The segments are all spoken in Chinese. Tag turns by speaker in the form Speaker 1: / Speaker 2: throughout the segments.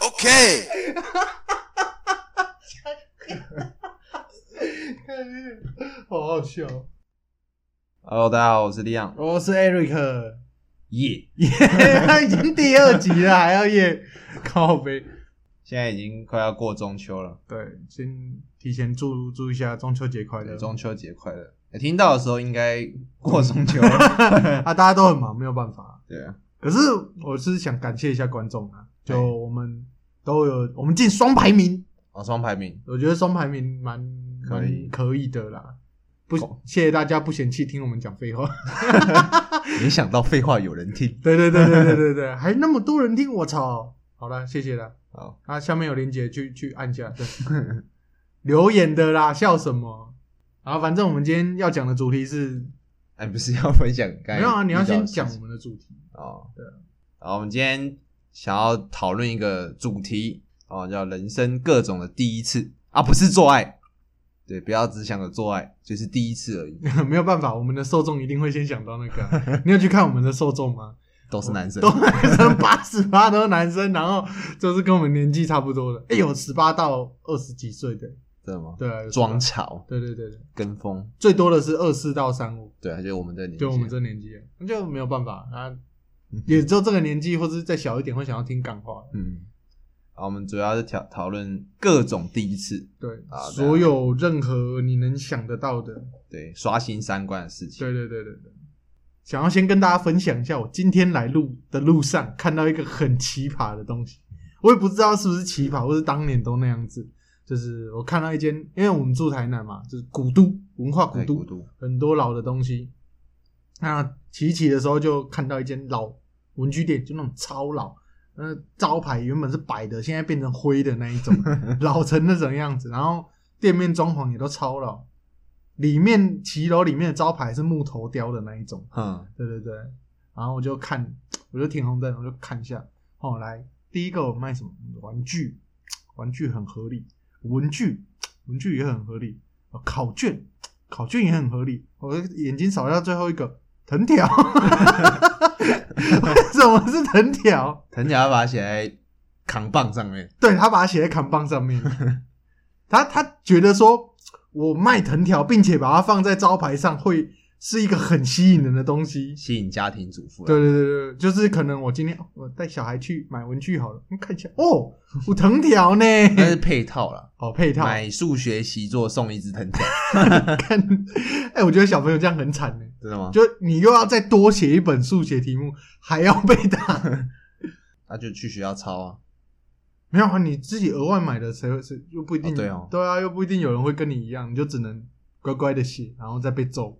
Speaker 1: Okay.
Speaker 2: 好好笑。
Speaker 1: Hello，大家好，我是 Leon。
Speaker 2: 我是 Eric，
Speaker 1: 耶、
Speaker 2: 他已经第二集了，还要演靠背。
Speaker 1: 现在已经快要过中秋了，
Speaker 2: 对，先提前祝祝一下中秋节快乐。
Speaker 1: 中秋节快乐！欸听到的时候应该过中秋 了。
Speaker 2: 啊，大家都很忙，没有办法。
Speaker 1: 对啊，
Speaker 2: 可是我是想感谢一下观众啊，
Speaker 1: 对
Speaker 2: 就我们都有我们进双排名，
Speaker 1: 哦，双排名，
Speaker 2: 我觉得双排名蛮
Speaker 1: 可以
Speaker 2: 蛮可以的啦。不
Speaker 1: 哦，
Speaker 2: 谢谢大家不嫌弃听我们讲废话。
Speaker 1: 没想到废话有人听。
Speaker 2: 对对对对对对对，还那么多人听，我操！好了，谢谢了。
Speaker 1: 好，
Speaker 2: 啊，下面有链接，去去按一下。对， 留言的啦，笑什么？啊，反正我们今天要讲的主题是，
Speaker 1: 哎，不是要分享刚才
Speaker 2: 没有啊，你要
Speaker 1: 遇到
Speaker 2: 先
Speaker 1: 的事
Speaker 2: 讲
Speaker 1: 情
Speaker 2: 我们的主题。
Speaker 1: 哦。
Speaker 2: 对
Speaker 1: 然后我们今天想要讨论一个主题哦，叫人生各种的第一次啊，不是做爱。对，不要只想着做爱，就是第一次而已，
Speaker 2: 没有办法，我们的受众一定会先想到那个啊、 你有去看我们的受众吗？
Speaker 1: 都是男生
Speaker 2: 哦都。男生八十八都是男生，然后就是跟我们年纪差不多的，哎、有十八到二十几岁的，
Speaker 1: 真的吗？
Speaker 2: 对啊，有18
Speaker 1: 装，潮
Speaker 2: 对对对对，
Speaker 1: 跟风，
Speaker 2: 最多的是二四到三五，
Speaker 1: 对，就是我们这个年纪，
Speaker 2: 就我们这年纪了，那就没有办法 啊，也只有这个年纪或是再小一点会想要听港话，
Speaker 1: 嗯，好，我们主要是讨讨论各种第一次，
Speaker 2: 对
Speaker 1: 啊，对啊
Speaker 2: 所有任何你能想得到的，
Speaker 1: 对，刷新三观的事情。
Speaker 2: 对对对对对。想要先跟大家分享一下，我今天来路的路上看到一个很奇葩的东西，我也不知道是不是奇葩，或是当年都那样子。就是我看到一间，因为我们住台南嘛，就是古都文化古
Speaker 1: 对，
Speaker 2: 都
Speaker 1: 古，都，
Speaker 2: 很多老的东西。那骑一骑的时候就看到一间老文具店，就那种超老，那招牌原本是白的，现在变成灰的那一种，老成那种样子。然后店面装潢也都超老，里面骑楼里面的招牌是木头雕的那一种。
Speaker 1: 嗯，
Speaker 2: 对对对，然后我就看，我就停红灯，我就看一下。后、来第一个我卖什么玩具，玩具很合理，文具，文具也很合理，哦考卷，考卷也很合理。我的眼睛扫到最后一个藤条，为什么是藤条？
Speaker 1: 藤条把它写在扛棒上面，
Speaker 2: 对他把它写在扛棒上面，他他觉得说我卖藤条，并且把它放在招牌上，会是一个很吸引人的东西。
Speaker 1: 吸引家庭主妇。
Speaker 2: 对，对对对，就是可能我今天哦我带小孩去买文具好了，看一下哦，有藤条呢，
Speaker 1: 那是配套啦，
Speaker 2: 好配套。
Speaker 1: 哎买数学习作送一支藤条，
Speaker 2: 看，哎、我觉得小朋友这样很惨呢，
Speaker 1: 真的吗？
Speaker 2: 就你又要再多写一本数学题目，还要被 打。
Speaker 1: 那就去学校抄啊。
Speaker 2: 没有啊，你自己额外买的，谁会是又不一定、
Speaker 1: 哦对哦
Speaker 2: 啊，又不一定有人会跟你一样，你就只能乖乖的写，然后再被 揍。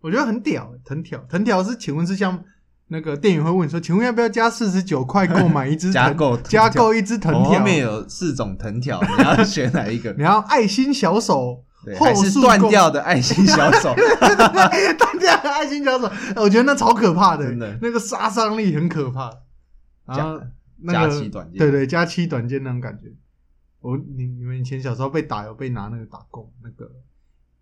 Speaker 2: 我觉得很屌，欸藤条，藤条是，请问是像那个店员会问你说，请问要不要加四十九块购买一只藤
Speaker 1: 加购藤条
Speaker 2: 加购一只藤
Speaker 1: 我
Speaker 2: 条
Speaker 1: 后？面有四种藤条，你要选哪一个
Speaker 2: 你？要爱心小手，
Speaker 1: 对，
Speaker 2: 后
Speaker 1: 还是
Speaker 2: 速
Speaker 1: 断
Speaker 2: 攻
Speaker 1: 掉的爱心小手？
Speaker 2: 大家爱心小手，哎我觉得那超可怕的，
Speaker 1: 真的
Speaker 2: 那个杀伤力很可怕。然后那
Speaker 1: 加
Speaker 2: 个
Speaker 1: 七短剑
Speaker 2: 对对，加七短剑那种感觉。我你你们以前小时候被打有被拿那个打工那个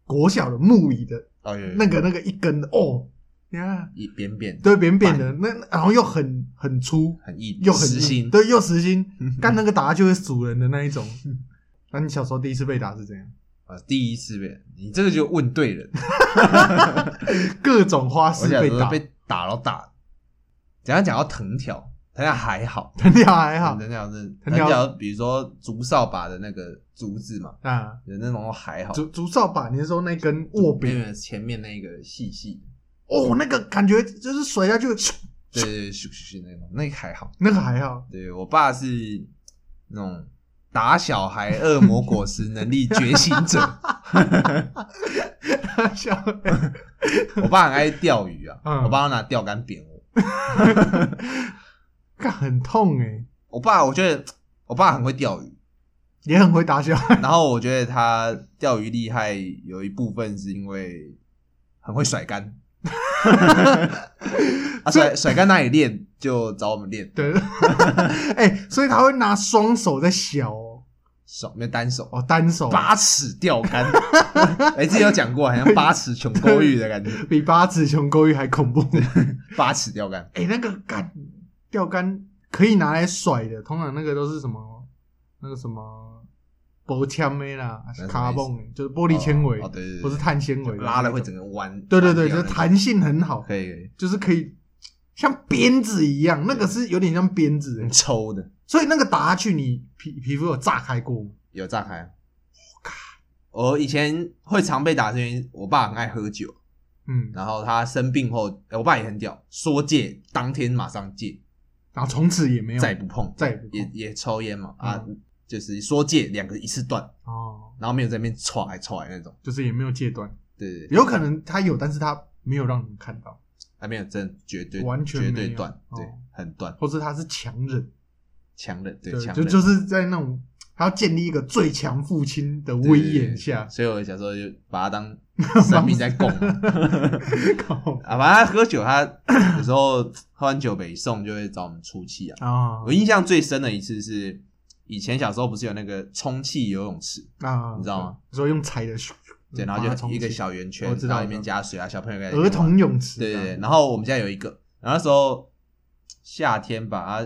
Speaker 2: 国小的木椅的
Speaker 1: 哦，有有
Speaker 2: 那个那个一根的哦，呀，
Speaker 1: 一扁扁，
Speaker 2: 对，扁扁的那那然后又很很粗，
Speaker 1: 很硬，
Speaker 2: 又很
Speaker 1: 实
Speaker 2: 硬
Speaker 1: 心。嗯
Speaker 2: 对，又实心，干那个打下去会数人的那一种。那你小时候第一次被打是怎样？
Speaker 1: 啊，第一次被你这个就问对人，
Speaker 2: 各种花
Speaker 1: 我
Speaker 2: 式
Speaker 1: 想
Speaker 2: 被
Speaker 1: 说
Speaker 2: 打，
Speaker 1: 被打到打。等一下讲到藤条，藤条还好，
Speaker 2: 藤条还好
Speaker 1: 藤条是
Speaker 2: 藤
Speaker 1: 藤
Speaker 2: 条
Speaker 1: 条，比如说竹扫把的那个竹子嘛，
Speaker 2: 啊。
Speaker 1: 有那种还好，
Speaker 2: 竹竹扫把，你是说那根握
Speaker 1: 没
Speaker 2: 柄？
Speaker 1: 有前面那个细细的，
Speaker 2: 哦，那个感觉就是甩下去， 咻
Speaker 1: 对对对，咻咻咻那种，那个还好。
Speaker 2: 那个还好。
Speaker 1: 对我爸是那种打小孩恶魔果实能力觉醒者，
Speaker 2: 笑，
Speaker 1: 我爸很爱钓鱼啊，
Speaker 2: 嗯
Speaker 1: 我爸要拿钓竿扁我，
Speaker 2: 看很痛哎，
Speaker 1: 我爸我觉得我爸很会钓鱼，
Speaker 2: 也很会打小 孩。
Speaker 1: 然后我觉得他钓鱼厉害，有一部分是因为很会甩竿。啊，甩甩竿哪里练就找我们练，
Speaker 2: 对， 哎、所以他会拿双手在削哦，
Speaker 1: 手没有单手，
Speaker 2: 哦，单手
Speaker 1: 八尺钓竿。哎、之前有讲过，好像八尺穷勾玉的感觉，
Speaker 2: 比八尺熊勾玉还恐怖。
Speaker 1: 八尺钓竿。
Speaker 2: 哎、那个干钓竿可以拿来甩的，通常那个都是什么那个什么薄枪的啦，还是
Speaker 1: 那什
Speaker 2: 卡
Speaker 1: 么意思
Speaker 2: 泵，就是玻璃纤维
Speaker 1: 哦，，对对对，
Speaker 2: 不是碳纤维的那种，
Speaker 1: 拉了会整个弯，
Speaker 2: 对对对，
Speaker 1: 弯掉
Speaker 2: 就
Speaker 1: 那
Speaker 2: 是
Speaker 1: 种
Speaker 2: 弹性很好，
Speaker 1: 可以
Speaker 2: 就是可以像鞭子一样，那个是有点像鞭子
Speaker 1: 可以
Speaker 2: 欸，
Speaker 1: 抽的，
Speaker 2: 所以那个打下去，你皮皮肤有炸开过吗？
Speaker 1: 有炸开。我以前会常被打，是因为我爸很爱喝酒，
Speaker 2: 嗯，
Speaker 1: 然后他生病后，哎我爸也很屌，说戒当天马上戒，
Speaker 2: 然后从此也没有
Speaker 1: 再也不碰，
Speaker 2: 再也不碰嗯
Speaker 1: 也也抽烟嘛啊，就是说戒两个一次断，
Speaker 2: 哦，
Speaker 1: 然后没有在那边踹来踹来那种，
Speaker 2: 就是也没有戒断，
Speaker 1: 对对对，
Speaker 2: 有可能他有，但是他没有让你们看到，
Speaker 1: 还没有真的绝对
Speaker 2: 完全
Speaker 1: 绝
Speaker 2: 没
Speaker 1: 对
Speaker 2: 有
Speaker 1: 断，
Speaker 2: 哦
Speaker 1: 对，很断，
Speaker 2: 或是他是强忍，
Speaker 1: 强忍对
Speaker 2: 对，
Speaker 1: 强
Speaker 2: 就
Speaker 1: 忍，
Speaker 2: 就是在那种他要建立一个最强父亲的
Speaker 1: 对
Speaker 2: 威严 下，
Speaker 1: 所以我小时候就把他 当生命在供嘛。
Speaker 2: 靠
Speaker 1: 啊，反正他喝酒，他有时候喝完酒北送就会找我们出气啊。
Speaker 2: 啊
Speaker 1: 我印象最深的一次是，以前小时候不是有那个充气游泳池，
Speaker 2: 啊，
Speaker 1: 你知道吗
Speaker 2: 对？说用踩的，咻
Speaker 1: 对，然后
Speaker 2: 把它
Speaker 1: 就
Speaker 2: 冲
Speaker 1: 一个
Speaker 2: 起
Speaker 1: 小圆圈
Speaker 2: 我，知道
Speaker 1: 然后里面加水啊，小朋友在里面
Speaker 2: 儿
Speaker 1: 玩
Speaker 2: 童泳池，
Speaker 1: 对对对，然后我们家有一个，然后那时候夏天吧，啊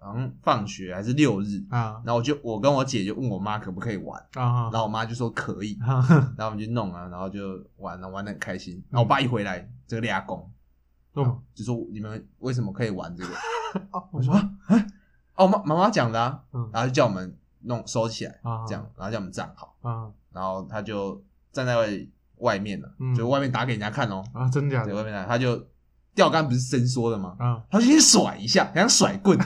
Speaker 1: 好像放学还是六日，
Speaker 2: 啊
Speaker 1: 然后我就我跟我姐就问我妈可不可以玩，
Speaker 2: 啊
Speaker 1: 然后我妈就说可以，
Speaker 2: 啊，
Speaker 1: 然后我们就弄啊，然后就玩了，玩的很开心。然后
Speaker 2: 嗯
Speaker 1: 我爸一回来，这个俩公
Speaker 2: 懂
Speaker 1: 就说你们为什么可以玩这个？
Speaker 2: 啊，
Speaker 1: 我
Speaker 2: 我
Speaker 1: 说
Speaker 2: 说
Speaker 1: 嗯啊，啊哦妈妈妈讲的啊，
Speaker 2: 嗯
Speaker 1: 然后就叫我们弄收起来，
Speaker 2: 啊
Speaker 1: 这样，然后叫我们站好，
Speaker 2: 啊
Speaker 1: 然后他就站在外面了，
Speaker 2: 嗯
Speaker 1: 就外面打给人家看哦，
Speaker 2: 啊，真假
Speaker 1: 在
Speaker 2: 的
Speaker 1: 外面打，他就钓竿不是伸缩的吗？
Speaker 2: 啊，
Speaker 1: 他就先甩一下，很像甩棍，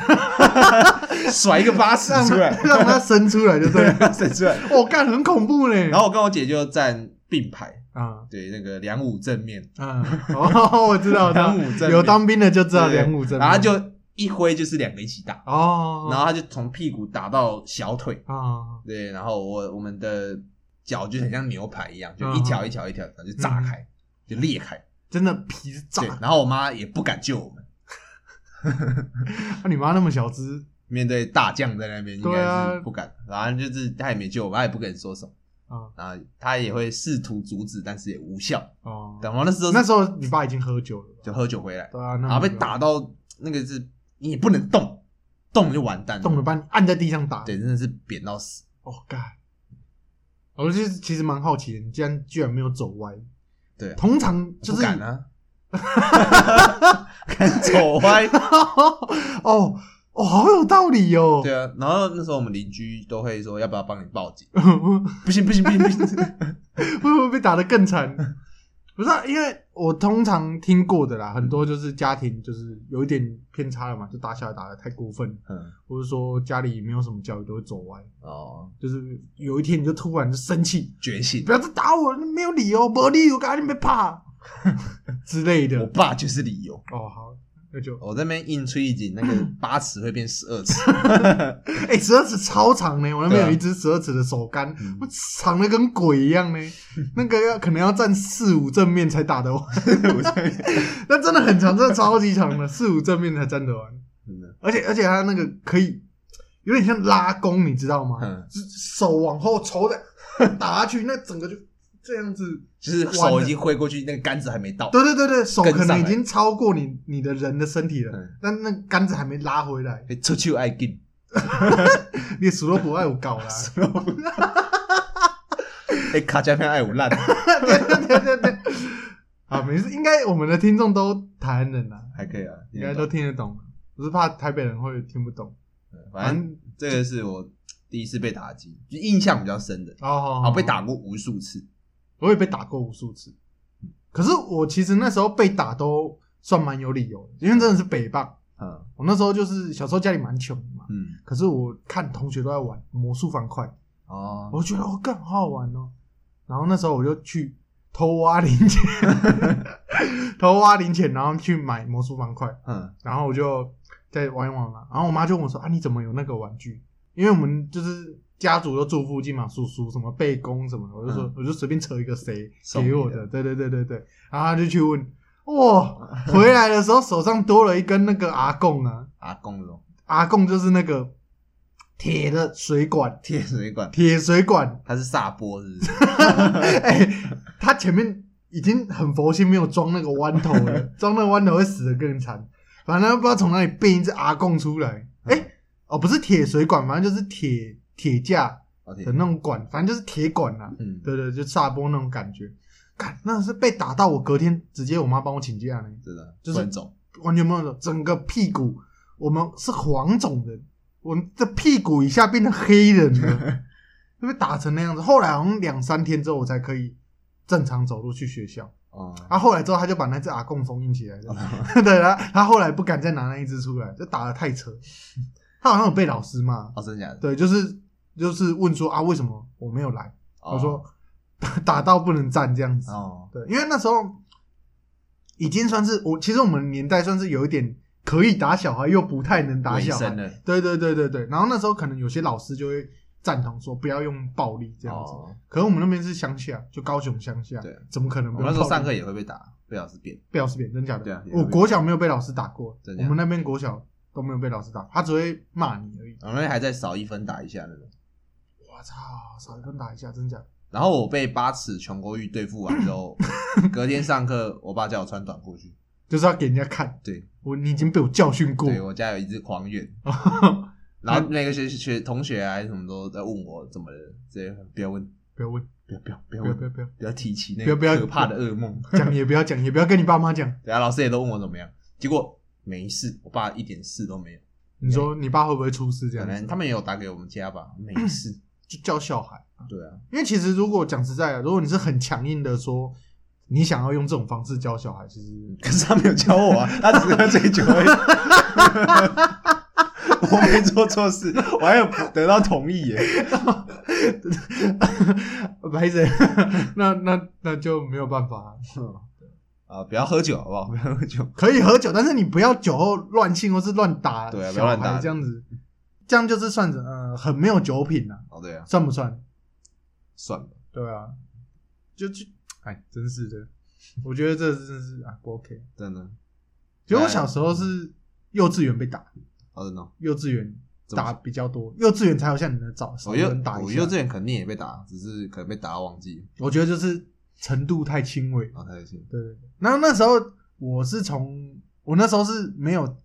Speaker 1: 甩一个八尺
Speaker 2: 让
Speaker 1: 出来，
Speaker 2: 让它伸出来就对了。
Speaker 1: 伸出来。
Speaker 2: 我干，很恐怖嘞。
Speaker 1: 然后我跟我姐就站并排，
Speaker 2: 啊
Speaker 1: 对，那个梁武正面，
Speaker 2: 啊，哦， 我知道，我知道
Speaker 1: 梁武正面
Speaker 2: 有当兵的就知道
Speaker 1: 对
Speaker 2: 梁武正面，
Speaker 1: 然后他就一挥就是两个一起打，
Speaker 2: 哦，
Speaker 1: 然后他就从屁股打到小腿。
Speaker 2: 啊
Speaker 1: 对，然后我我们的脚就很像牛排一样，就
Speaker 2: 嗯
Speaker 1: 一条一条一条一条就炸开，就裂开。
Speaker 2: 真的皮是炸
Speaker 1: 对，，然后我妈也不敢救我们，
Speaker 2: 啊你妈那么小只
Speaker 1: 面对大将在那边应
Speaker 2: 对
Speaker 1: 该
Speaker 2: 啊
Speaker 1: 是不敢，反正就是她也没救我们，她也不敢说什么，
Speaker 2: 啊
Speaker 1: 然后她也会试图阻止，但是也无效。
Speaker 2: 哦，
Speaker 1: 等我那时候
Speaker 2: 那时候你爸已经喝酒了吧，
Speaker 1: 就喝酒回来，
Speaker 2: 对啊，那
Speaker 1: 然后被
Speaker 2: 没办法
Speaker 1: 打到那个是你也不能动，动了就完蛋了，
Speaker 2: 动了把你按在地上打，
Speaker 1: 对，真的是扁到死。
Speaker 2: 哦，干！我就是其实蛮好奇的，你竟然居然没有走歪。
Speaker 1: 对啊
Speaker 2: 通常就
Speaker 1: 不
Speaker 2: 是
Speaker 1: 敢 啊，敢走歪，
Speaker 2: 哦哦，好有道理哦。
Speaker 1: 对啊，然后那时候我们邻居都会说要不要帮你报警，
Speaker 2: 会
Speaker 1: 不行不行不行不行，
Speaker 2: 不 会被打得更惨？不是、啊，因为我通常听过的啦，很多就是家庭就是有一点偏差了嘛，就打小孩打得太过分，
Speaker 1: 嗯，
Speaker 2: 或者说家里没有什么教育都会走歪，
Speaker 1: 哦，
Speaker 2: 就是有一天你就突然就生气，
Speaker 1: 觉醒
Speaker 2: 不。要再打我，没有理由，没理由，赶紧被怕 之类
Speaker 1: 我
Speaker 2: 的。
Speaker 1: 爸就是理由，
Speaker 2: 哦，好，那就
Speaker 1: 我这边硬吹一紧，那个八尺会变十 二尺，
Speaker 2: 哎、十二尺超长呢，我那
Speaker 1: 对
Speaker 2: 边
Speaker 1: 啊
Speaker 2: 有一只十二尺的手杆，
Speaker 1: 嗯
Speaker 2: 我长的跟鬼一 样呢。那个要可能要站四五正面才打得完， 那真的很长，真的超级 长的，四五正面才站得完。
Speaker 1: 真的
Speaker 2: 而且而且它那个可以有点像拉弓，你知道吗？
Speaker 1: 嗯
Speaker 2: 就是手往后抽的 打下去，那整个就这样子。
Speaker 1: 就是手已经挥过去，那个杆子还没到，
Speaker 2: 对对对对，手
Speaker 1: 跟
Speaker 2: 可
Speaker 1: 上
Speaker 2: 能已
Speaker 1: 来
Speaker 2: 经超过你你的人的身体了，
Speaker 1: 嗯
Speaker 2: 但那个杆子还没拉回来，
Speaker 1: 会出去爱劲，
Speaker 2: 你数落不爱我搞啦。
Speaker 1: 哎，卡加片爱我烂，
Speaker 2: 对对对对，啊，没事，应该我们的听众都台湾人啦、
Speaker 1: 还可以啊，
Speaker 2: 应该都听得懂，我是怕台北人会听不懂。
Speaker 1: 嗯
Speaker 2: 反
Speaker 1: 反正
Speaker 2: 正
Speaker 1: 这个是我第一次被打击，就印象比较深的，
Speaker 2: 哦，
Speaker 1: 啊，被，打过无数次，
Speaker 2: 我也被打过无数次，可是我其实那时候被打都算蛮有理由的，因为真的是北棒。
Speaker 1: 嗯
Speaker 2: 我那时候就是小时候家里蛮穷的嘛，
Speaker 1: 嗯，
Speaker 2: 可是我看同学都在玩魔术方块，
Speaker 1: 哦，
Speaker 2: 我就觉得我更好好玩哦。然后那时候我就去偷挖零钱， 偷挖零钱，然后去买魔术方块。
Speaker 1: 嗯
Speaker 2: 然后我就在玩一玩嘛。然后我妈就问我说：“啊，你怎么有那个玩具？”因为我们就是家族都住附近嘛，叔叔什么背公什么的，我就说、
Speaker 1: 嗯
Speaker 2: 我就随便扯一个谁
Speaker 1: 送你
Speaker 2: 给
Speaker 1: 的
Speaker 2: 我的，对对对对对。然后他就去问，哇，回来的时候手上多了一根那个阿贡啊，
Speaker 1: 阿公那种
Speaker 2: 阿贡就是那个铁的水管，
Speaker 1: 铁水管，
Speaker 2: 铁水 管，
Speaker 1: 他是萨波是 不是？
Speaker 2: 哎、他前面已经很佛心，没有装 那个弯头了，装那个弯头会死的更惨。反正不知道从哪里变一只阿贡出来，哎哦，不是铁水管，反正就是铁铁架
Speaker 1: 老哦铁
Speaker 2: 的，那种管，反正就是铁管啦、
Speaker 1: 嗯，
Speaker 2: 对对，就萨波那种感觉。看，那是被打到，我隔天直接我妈帮我请假呢，
Speaker 1: 真的，
Speaker 2: 就是
Speaker 1: 不能走，
Speaker 2: 完全没有整个屁股，我们是黄种人，我们的屁股以下变成黑人了，就被打成那样子。后来好像两三天之后，我才可以正常走路去学校。
Speaker 1: 哦，
Speaker 2: 啊，后来之后他就把那只阿贡封印起来了， 对他他后来不敢再拿那一只出来，就打的太扯。他好像有被老师骂，
Speaker 1: 哦，真的假的？
Speaker 2: 对，就是就是问说啊，为什么我没有来？
Speaker 1: 哦
Speaker 2: 我说 打到不能站这样子。
Speaker 1: 哦，
Speaker 2: 对，因为那时候已经算是我，其实我们年代算是有一点可以打小孩，又不太能打
Speaker 1: 为
Speaker 2: 小
Speaker 1: 生
Speaker 2: 孩。
Speaker 1: 哦了，
Speaker 2: 对对对对对。然后那时候可能有些老师就会赞同说不要用暴力这样子，
Speaker 1: 哦，
Speaker 2: 可是我们那边是乡下，就高雄乡下，
Speaker 1: 对，
Speaker 2: 怎么可能
Speaker 1: 我
Speaker 2: 不
Speaker 1: 那
Speaker 2: 用
Speaker 1: 时
Speaker 2: 暴
Speaker 1: 候
Speaker 2: 力？
Speaker 1: 上课也会被打，被老师扁，
Speaker 2: 被老师扁，真假的？
Speaker 1: 对啊也
Speaker 2: 我
Speaker 1: 会
Speaker 2: 国小没有被老师打过，
Speaker 1: 真
Speaker 2: 我
Speaker 1: 假的
Speaker 2: 们那边国小都没有被老师打，他只会骂你而已。
Speaker 1: 然后还在少一分打一下那种。
Speaker 2: 我操，少一分打一下，真假的？
Speaker 1: 然后我被八尺琼勾玉对付完之 后，隔天上课，我爸叫我穿短裤去。
Speaker 2: 就是要给人家看，
Speaker 1: 对，
Speaker 2: 我你已经被我教训过，
Speaker 1: 对我家有一只狂 远，然后那个学学同学啊还是什么都在问我怎么了，这些不要问，
Speaker 2: 不要问，
Speaker 1: 不要不要不要
Speaker 2: 不要
Speaker 1: 问
Speaker 2: 不，要不要。
Speaker 1: 不要提起那
Speaker 2: 不要
Speaker 1: 个
Speaker 2: 不要
Speaker 1: 可怕的噩梦。
Speaker 2: 讲也不要讲，也不 要跟你爸妈讲。
Speaker 1: 对啊，老师也都问我怎么样，结果没事，我爸一点事都没有。
Speaker 2: 你说你爸会不会出事这
Speaker 1: 可
Speaker 2: 样
Speaker 1: 能
Speaker 2: 子？
Speaker 1: 他们也有打给我们家吧，没 事。
Speaker 2: 就叫小孩，
Speaker 1: 对啊，
Speaker 2: 因为其实如果讲实在的，如果你是很强硬的说你想要用这种方式教小孩，其实
Speaker 1: 可是他没有教我啊，他只是喝醉酒而已。 我没做错事，我还有得到同意耶。
Speaker 2: 白人 那那那就没有办法，
Speaker 1: 啊，不要喝酒好不好？ 不要喝酒。
Speaker 2: 可以喝酒，但是你不要酒后乱性或是乱打
Speaker 1: 对啊不
Speaker 2: 小
Speaker 1: 要
Speaker 2: 孩
Speaker 1: 乱打
Speaker 2: 这样子，这样就是算是呃很没有酒品啊，
Speaker 1: 哦，对啊，
Speaker 2: 算不算？
Speaker 1: 算了，
Speaker 2: 对啊，就就哎，真是的，我觉得这真是啊不 OK。
Speaker 1: 真的，
Speaker 2: 其实我小时候是幼稚园被打，
Speaker 1: 哦真的哦。
Speaker 2: 幼稚园
Speaker 1: 怎么
Speaker 2: 打比较多，幼稚园才有像你的早少
Speaker 1: 我幼
Speaker 2: 人打一
Speaker 1: 我
Speaker 2: 下。
Speaker 1: 幼稚园肯定也被打，只是可能被打忘记，
Speaker 2: 我觉得就是程度太轻微。
Speaker 1: 然后才信。
Speaker 2: 对对对。然后那时候我是从我那时候是没有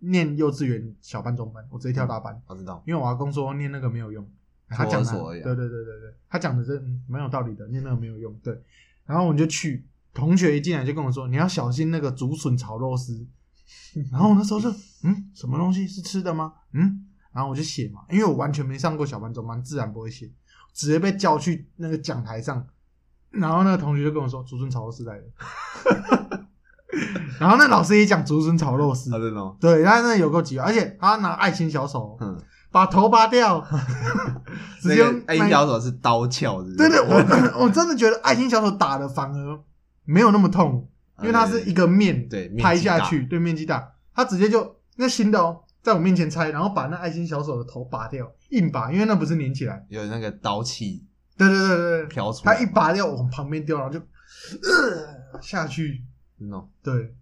Speaker 2: 念幼稚园小班中班，我直接跳大班，
Speaker 1: 我知道，
Speaker 2: 因为我阿公说念那个没有用，他
Speaker 1: 托
Speaker 2: 讲
Speaker 1: 儿
Speaker 2: 的
Speaker 1: 所而已啊
Speaker 2: 对对对对对，他讲的真嗯蛮有道理的，念那个没有用。对，然后我就去，同学一进来就跟我说你要小心那个竹笋炒肉 丝，然后我那时候就嗯什么东西是吃的吗？嗯，然后我就写嘛，因为我完全没上过小班中班，自然不会写，直接被叫去那个讲台上，然后那个同学就跟我说竹笋炒肉丝来了， 然后那老师也讲竹笋炒肉丝
Speaker 1: 啊，，真的哦。
Speaker 2: 对，他那有够急，而且他拿爱心小手。哦
Speaker 1: 嗯，
Speaker 2: 把头拔 掉，直
Speaker 1: 那
Speaker 2: 接
Speaker 1: 个哎爱
Speaker 2: 用
Speaker 1: 心小手是刀鞘，是不是
Speaker 2: 对对，我 我真的觉得爱心小手打的反而没有那么痛，因为它是一个面
Speaker 1: 啊嗯对面积
Speaker 2: 拍下
Speaker 1: 大
Speaker 2: 去，对面积大，他直接就那新的哦，在我面前拆，然后把那爱心小手的头拔掉，硬拔，因为那不是粘起来。
Speaker 1: 有那个刀气
Speaker 2: 对对对对对，
Speaker 1: 飘出来嘛。
Speaker 2: 他一拔掉往旁边丢，然后就、呃、下去，
Speaker 1: 真的哦，
Speaker 2: 对。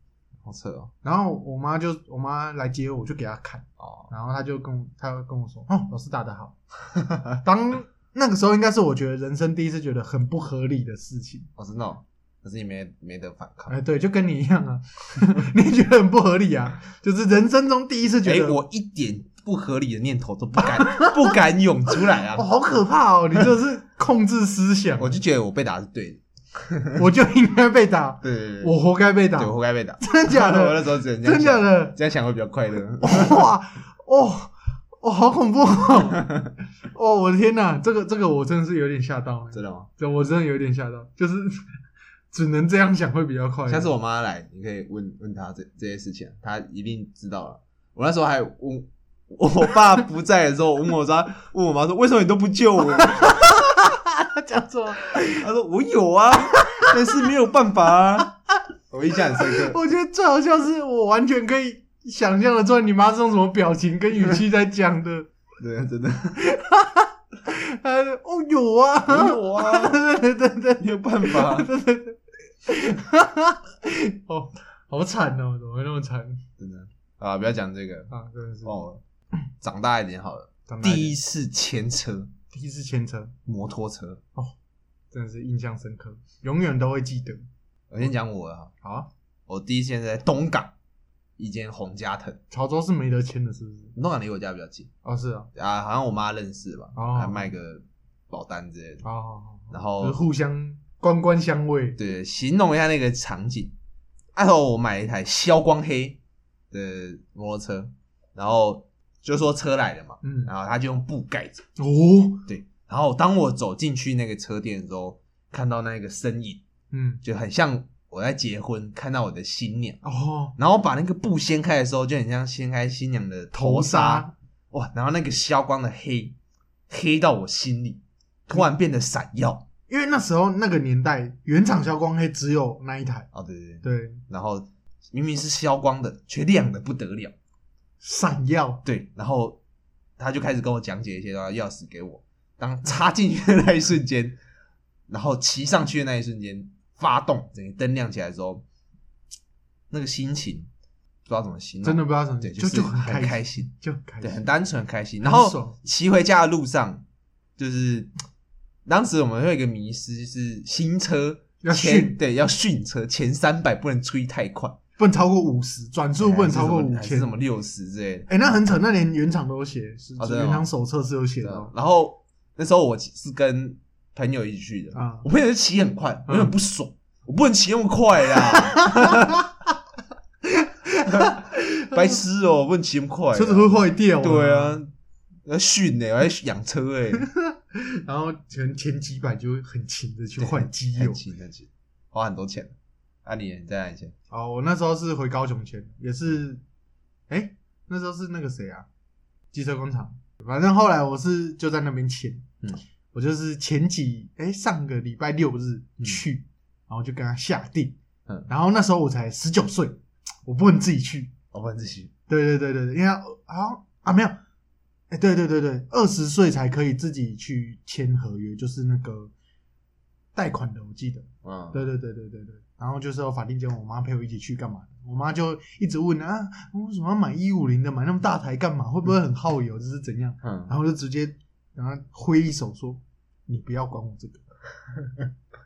Speaker 1: 好扯哦。
Speaker 2: 然后我妈就我妈来接我，我就给她看，
Speaker 1: 哦，
Speaker 2: 然后她就跟我她就跟我说，哦，老师打得好。 当那个时候应该是我觉得人生第一次觉得很不合理的事情。
Speaker 1: 我知道，可是你没没得反抗。
Speaker 2: 哎，对，就跟你一样啊， 你也觉得很不合理啊，就是人生中第一次 觉
Speaker 1: 哎，
Speaker 2: 得，
Speaker 1: 我一点不合理的念头都不敢不敢涌出来 啊！
Speaker 2: 哦，好可怕哦！你这是控制思想，
Speaker 1: 我就觉得我被打是对的，
Speaker 2: 我就应该被打，
Speaker 1: 对对对，
Speaker 2: 我活该被打
Speaker 1: 对，我活该被打。
Speaker 2: 真的假
Speaker 1: 我
Speaker 2: 的？
Speaker 1: 那时候只能这
Speaker 2: 真
Speaker 1: 样想，
Speaker 2: 的假的？
Speaker 1: 这样想会比较快乐。
Speaker 2: 哇，哦，哦，好恐怖 哦！哦，我的天哪，这个这个我真的是有点吓到了，
Speaker 1: 真的吗？
Speaker 2: 这我真的有点吓到，就是 只能这样想会比较快乐。
Speaker 1: 下次我妈来，你可以问问她这这些事情，啊她一定知道了。我那时候还问我爸不在的时候，我问我妈，问我妈说为什么你都不救 我？
Speaker 2: 他讲错。
Speaker 1: 她说我有啊，但是没有办法啊。我印象很深刻，
Speaker 2: 我觉得最好笑是我完全可以想象得出来你妈是用什么表情跟语气在讲的。
Speaker 1: 对，真的，
Speaker 2: 她说哦，有啊，
Speaker 1: 我有啊，
Speaker 2: 对对对
Speaker 1: 没有办法。
Speaker 2: 对对对，哦，好惨哦，怎么会那么惨
Speaker 1: 真的啊，不要讲这个，
Speaker 2: 啊？真的是
Speaker 1: 忘了。长大一点好了，
Speaker 2: 长大一点
Speaker 1: 第一次牵车，
Speaker 2: 第一次牵车，
Speaker 1: 摩托车。
Speaker 2: 真的是印象深刻，永远都会记得。
Speaker 1: 我先讲我的哈，
Speaker 2: 好啊，
Speaker 1: 我第一次牵车在东港，一间洪家藤，
Speaker 2: 潮州是没得签的，是不是？
Speaker 1: 弄港离我家比较近
Speaker 2: 哦，是啊，
Speaker 1: 啊，好像我妈认识吧，
Speaker 2: 哦
Speaker 1: 还卖哦个保单之类的。
Speaker 2: 好好好，
Speaker 1: 然
Speaker 2: 就是
Speaker 1: 后
Speaker 2: 互相官官相卫。
Speaker 1: 对，形容一下那个场景。那时候我买了一台消光黑的摩托车，然后就说车来了嘛，
Speaker 2: 嗯，
Speaker 1: 然后他就用布盖着。
Speaker 2: 哦，
Speaker 1: 对，然后当我走进去那个车店的时候，看到那个身影，
Speaker 2: 嗯，
Speaker 1: 就很像我在结婚看到我的新娘。
Speaker 2: 哦，
Speaker 1: 然后把那个布掀开的时候，就很像掀开新娘的头纱，
Speaker 2: 纱，
Speaker 1: 哇！然后那个消光的黑，黑到我心里，突然变得闪耀。
Speaker 2: 因为那时候那个年代，原厂消光黑只有那一台，
Speaker 1: 哦，对对对，
Speaker 2: 对，
Speaker 1: 然后明明是消光的，却亮的不得了。
Speaker 2: 闪耀，
Speaker 1: 对，然后他就开始跟我讲解一些，然后钥匙给我。当插进去的那一瞬间，然后骑上去的那一瞬间，发动整个灯亮起来之后，那个心情不知道怎么形容，
Speaker 2: 真的不知道怎么，
Speaker 1: 对，
Speaker 2: 就是很
Speaker 1: 很开
Speaker 2: 开心，
Speaker 1: 心。
Speaker 2: 就很开
Speaker 1: 对，很
Speaker 2: 心，
Speaker 1: 单纯很开心。
Speaker 2: 很
Speaker 1: 然后
Speaker 2: 爽
Speaker 1: 骑回家的路上，就是当时我们会有一个迷失，就是新车
Speaker 2: 要
Speaker 1: 前
Speaker 2: 训
Speaker 1: 对要训车，前三百不能吹太快，哎
Speaker 2: 不能超过五十，转速不能超过五
Speaker 1: 还是
Speaker 2: 千，
Speaker 1: 什么六十之类的。
Speaker 2: 哎、那很扯，那连原厂都有写，是、
Speaker 1: 哦真啊的吗
Speaker 2: 原厂手册是有写的哦、
Speaker 1: 然后那时候我是跟朋友一起去的，
Speaker 2: 啊
Speaker 1: 我朋友就骑很快，我有点
Speaker 2: 嗯
Speaker 1: 不爽，我不能骑那么快啦。 白痴哦、不能骑那么快啦，
Speaker 2: 车子会坏掉、
Speaker 1: 对，啊，要训欸呢、我要养车哎、
Speaker 2: 然后可能前几百就会很勤的去
Speaker 1: 对
Speaker 2: 换机油
Speaker 1: 很。勤很勤，花很多钱。啊，你你在哪里钱？
Speaker 2: 哦，我那时候是回高雄前，也是，哎、那时候是那个谁啊，机车工厂，反正后来我是就在那边签，
Speaker 1: 嗯，
Speaker 2: 我就是前几哎、上个礼拜六日
Speaker 1: 嗯
Speaker 2: 去，然后就跟他下定，
Speaker 1: 嗯
Speaker 2: 然后那时候我才十九岁，我不哦能自己去，
Speaker 1: 我问自己，
Speaker 2: 对对对对对，因为他啊啊没有，哎、对对对对，二十岁才可以自己去签合约，就是那个贷款的，我记得。
Speaker 1: 嗯，
Speaker 2: 对对对对对对，然后就是有法定结婚，我妈陪我一起去干嘛？我妈就一直问啊，我为什么要买一五零的，买那么大台干嘛？会不会很耗油？这是怎样？然
Speaker 1: 嗯，
Speaker 2: 后我就直接然后挥一手说：“你不要管我这个，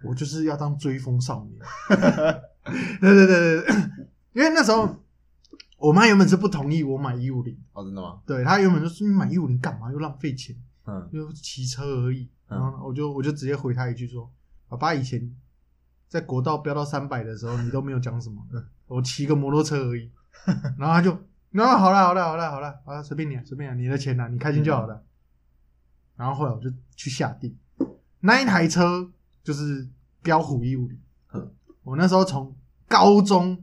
Speaker 2: 我就是要当追风少年。” 对对对对，因为那时候我妈原本是不同意我买一五零，
Speaker 1: 哦，真的吗？
Speaker 2: 对她原本就说：“你买一五零干嘛？又浪费钱，
Speaker 1: 嗯，
Speaker 2: 又骑车而已。”
Speaker 1: 嗯
Speaker 2: 然后呢我就我就直接回她一句说：“爸爸以前在国道飙到三百的时候，你都没有讲 什么，嗯我骑个摩托车而已。” 然后她就。那好了，好了，好了，好了，好了，随便你啊，随便你啊，你的钱啊，你开心就好了。
Speaker 1: 嗯
Speaker 2: 然后后来我就去下定，那一台车就是标虎一五零
Speaker 1: 嗯。
Speaker 2: 我那时候从高中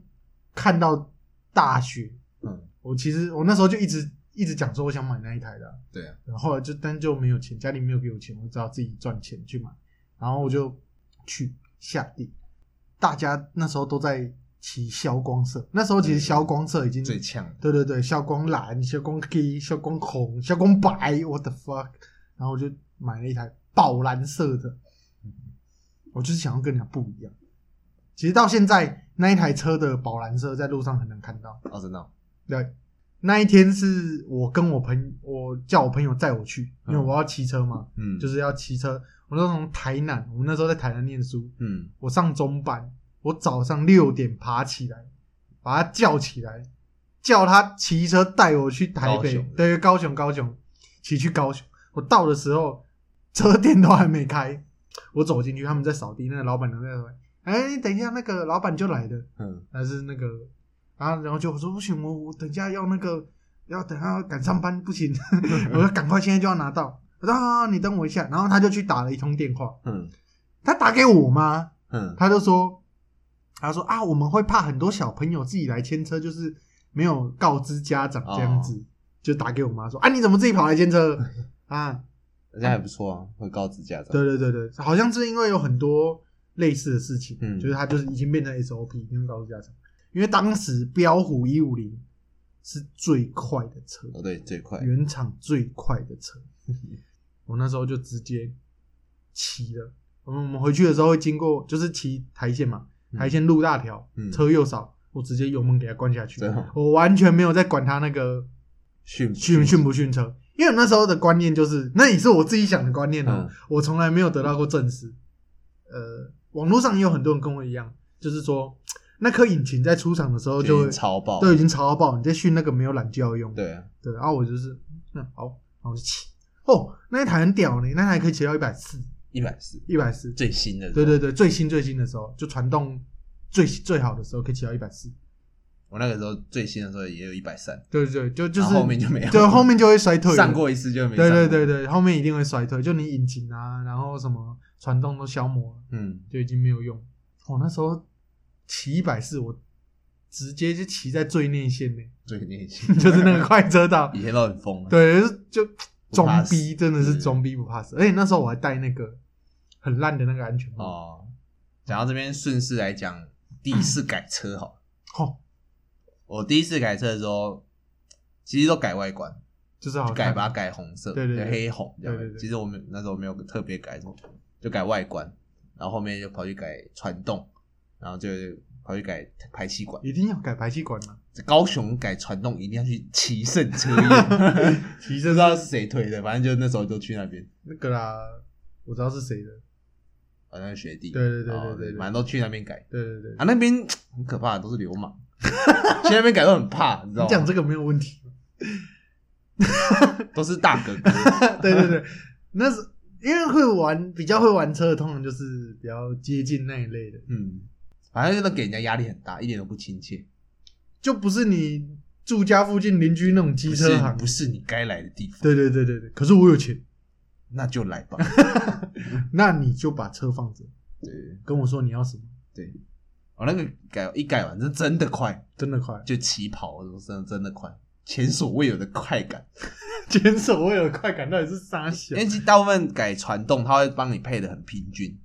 Speaker 2: 看到大学，
Speaker 1: 嗯，
Speaker 2: 我其实我那时候就一直一直讲说我想买那一台的啊、
Speaker 1: 对啊，
Speaker 2: 然后后来就但就没有钱，家里没有给我钱，我只好自己赚钱去买。然后我就去下定，大家那时候都在骑消光色，那时候其实消光色已经
Speaker 1: 最呛的，
Speaker 2: 对对对，消光蓝、消光黑、消光红、消光白，what the fuck？然后我就买了一台宝蓝色的，我就是想要跟人家不一样。其实到现在那一台车的宝蓝色在路上很难看到。
Speaker 1: 哦，真的哦，
Speaker 2: 对，那一天是我跟我朋我叫我朋友载我去，因为我要骑车嘛，
Speaker 1: 嗯，，
Speaker 2: 就是是要骑车。我那时候从台南，我们那时候在台南念书，
Speaker 1: 嗯，
Speaker 2: 我上中班，我早上六点爬起来，把他叫起来，叫他骑车带我去台
Speaker 1: 高
Speaker 2: 北
Speaker 1: 雄，
Speaker 2: 对，高雄，高雄，骑去高雄。我到的时候，车店都还没开，我走进去，他们在扫地，那个老板娘在那边，哎，等一下，那个老板就来了，
Speaker 1: 嗯，
Speaker 2: 还是那个，然后然后就我说不行，我我等一下要那个，要等一下要赶上班不行， 我说赶快现在就要拿到，我说啊，你等我一下，然后他就去打了一通电话，
Speaker 1: 嗯，
Speaker 2: 他打给我吗？
Speaker 1: 嗯，
Speaker 2: 他就说，他说啊，我们会怕很多小朋友自己来牵车，就是没有告知家长这样子，就打给我妈说啊，你怎么自己跑来牵车 啊？
Speaker 1: 人家还不错啊，会高职驾照，
Speaker 2: 对对对对，好像是因为有很多类似的事情，
Speaker 1: 嗯
Speaker 2: 就是他就是已经变成 SOP，一定要告知家长，因为当时标虎一五零是最快的车，
Speaker 1: 哦，对，嗯最快，
Speaker 2: 原厂最快的车，我那时候就直接骑了。我们我们回去的时候会经过，就是骑台线嘛，
Speaker 1: 嗯
Speaker 2: 台线路大条，
Speaker 1: 嗯
Speaker 2: 车又少，我直接油门给它关下去
Speaker 1: 真的吗，
Speaker 2: 我完全没有在管它那个
Speaker 1: 哦训
Speaker 2: 训训，不训车，因为我那时候的观念就是，那也是我自己想的观念哦、
Speaker 1: 嗯
Speaker 2: 我从来没有得到过证实。呃，网络上也有很多人跟我一样，就是说那颗引擎在出厂的时候就
Speaker 1: 已
Speaker 2: 会
Speaker 1: 经超爆，
Speaker 2: 都已经超到爆，你在训那个没有懒觉用。
Speaker 1: 对啊，
Speaker 2: 对，然后我就是嗯好，然后我就骑。哦，那一台很屌呢，那台可以骑到一百四，
Speaker 1: 一百四
Speaker 2: 一百四。
Speaker 1: 最新的，
Speaker 2: 对对，对，最新最新的时候，就传动最最好的时候可以骑到一百四。
Speaker 1: 我那个时候最新的时候也有一百三，
Speaker 2: 对对对，就就
Speaker 1: 然
Speaker 2: 是
Speaker 1: 后后面就没有
Speaker 2: 对后面就会衰退了。
Speaker 1: 上过一次就没上
Speaker 2: 对
Speaker 1: 过，
Speaker 2: 对对对，后面一定会衰退，就你引擎啊，然后什么传动都消磨了，
Speaker 1: 嗯，
Speaker 2: 就已经没有用。我、那时候骑一百四，我直接就骑在最内 线呢，
Speaker 1: 最年轻
Speaker 2: 就是那个快车道。
Speaker 1: 以前都很疯啊，
Speaker 2: 对，就就
Speaker 1: 不怕
Speaker 2: 装
Speaker 1: 死
Speaker 2: 逼，真的是
Speaker 1: 嗯
Speaker 2: 装逼不怕死。而且那时候我还戴那个很烂的那个安全帽。
Speaker 1: 哦，讲到这边顺势来讲第一次改车好了，
Speaker 2: 哦，
Speaker 1: 我第一次改车的时候，其实都改外观，
Speaker 2: 就是好
Speaker 1: 就
Speaker 2: 看
Speaker 1: 改把它。改红色，
Speaker 2: 哦对对对
Speaker 1: 就黑红这样。
Speaker 2: 对对对
Speaker 1: 其实我们那时候没有特别改什么，就改外观，然后后面就跑去改传动，然后就跑去改排气管。
Speaker 2: 一定要改排气管嘛？
Speaker 1: 高雄改传动一定要去骑胜车宴，
Speaker 2: 骑
Speaker 1: 不
Speaker 2: 这
Speaker 1: 知道是谁推的，反正就那时候就去那边，
Speaker 2: 那个啦，我知道是谁的。
Speaker 1: 好像是学弟，
Speaker 2: 对对对对
Speaker 1: 哦
Speaker 2: 对对
Speaker 1: 反正都去那边改
Speaker 2: 对对对，
Speaker 1: 啊，那边很可怕，都是流氓，去那边改都很怕，你知道
Speaker 2: 你讲
Speaker 1: 吗？
Speaker 2: 这个没有问题。
Speaker 1: 都是大哥哥，
Speaker 2: 对 对对，那是因为会玩比较会玩车的，通常就是比较接近那一类的，
Speaker 1: 嗯，反正真的给人家压力很大，一点都不亲切。
Speaker 2: 就不是你住家附近邻居那种机
Speaker 1: 不
Speaker 2: 车
Speaker 1: 是
Speaker 2: 行。
Speaker 1: 不是你该来的地方，
Speaker 2: 对对对对对，可是我有钱，
Speaker 1: 那就来 吧。
Speaker 2: 那你就把车放着，
Speaker 1: 对
Speaker 2: 跟我说你要什么，
Speaker 1: 对，我、哦那个改一改完，是真的快，
Speaker 2: 真的快，
Speaker 1: 就起跑，真的真的快，前所未有的快感。
Speaker 2: 前所未有的快感到底是啥小
Speaker 1: 因？为其实大部分改传动，它会帮你配的很平均，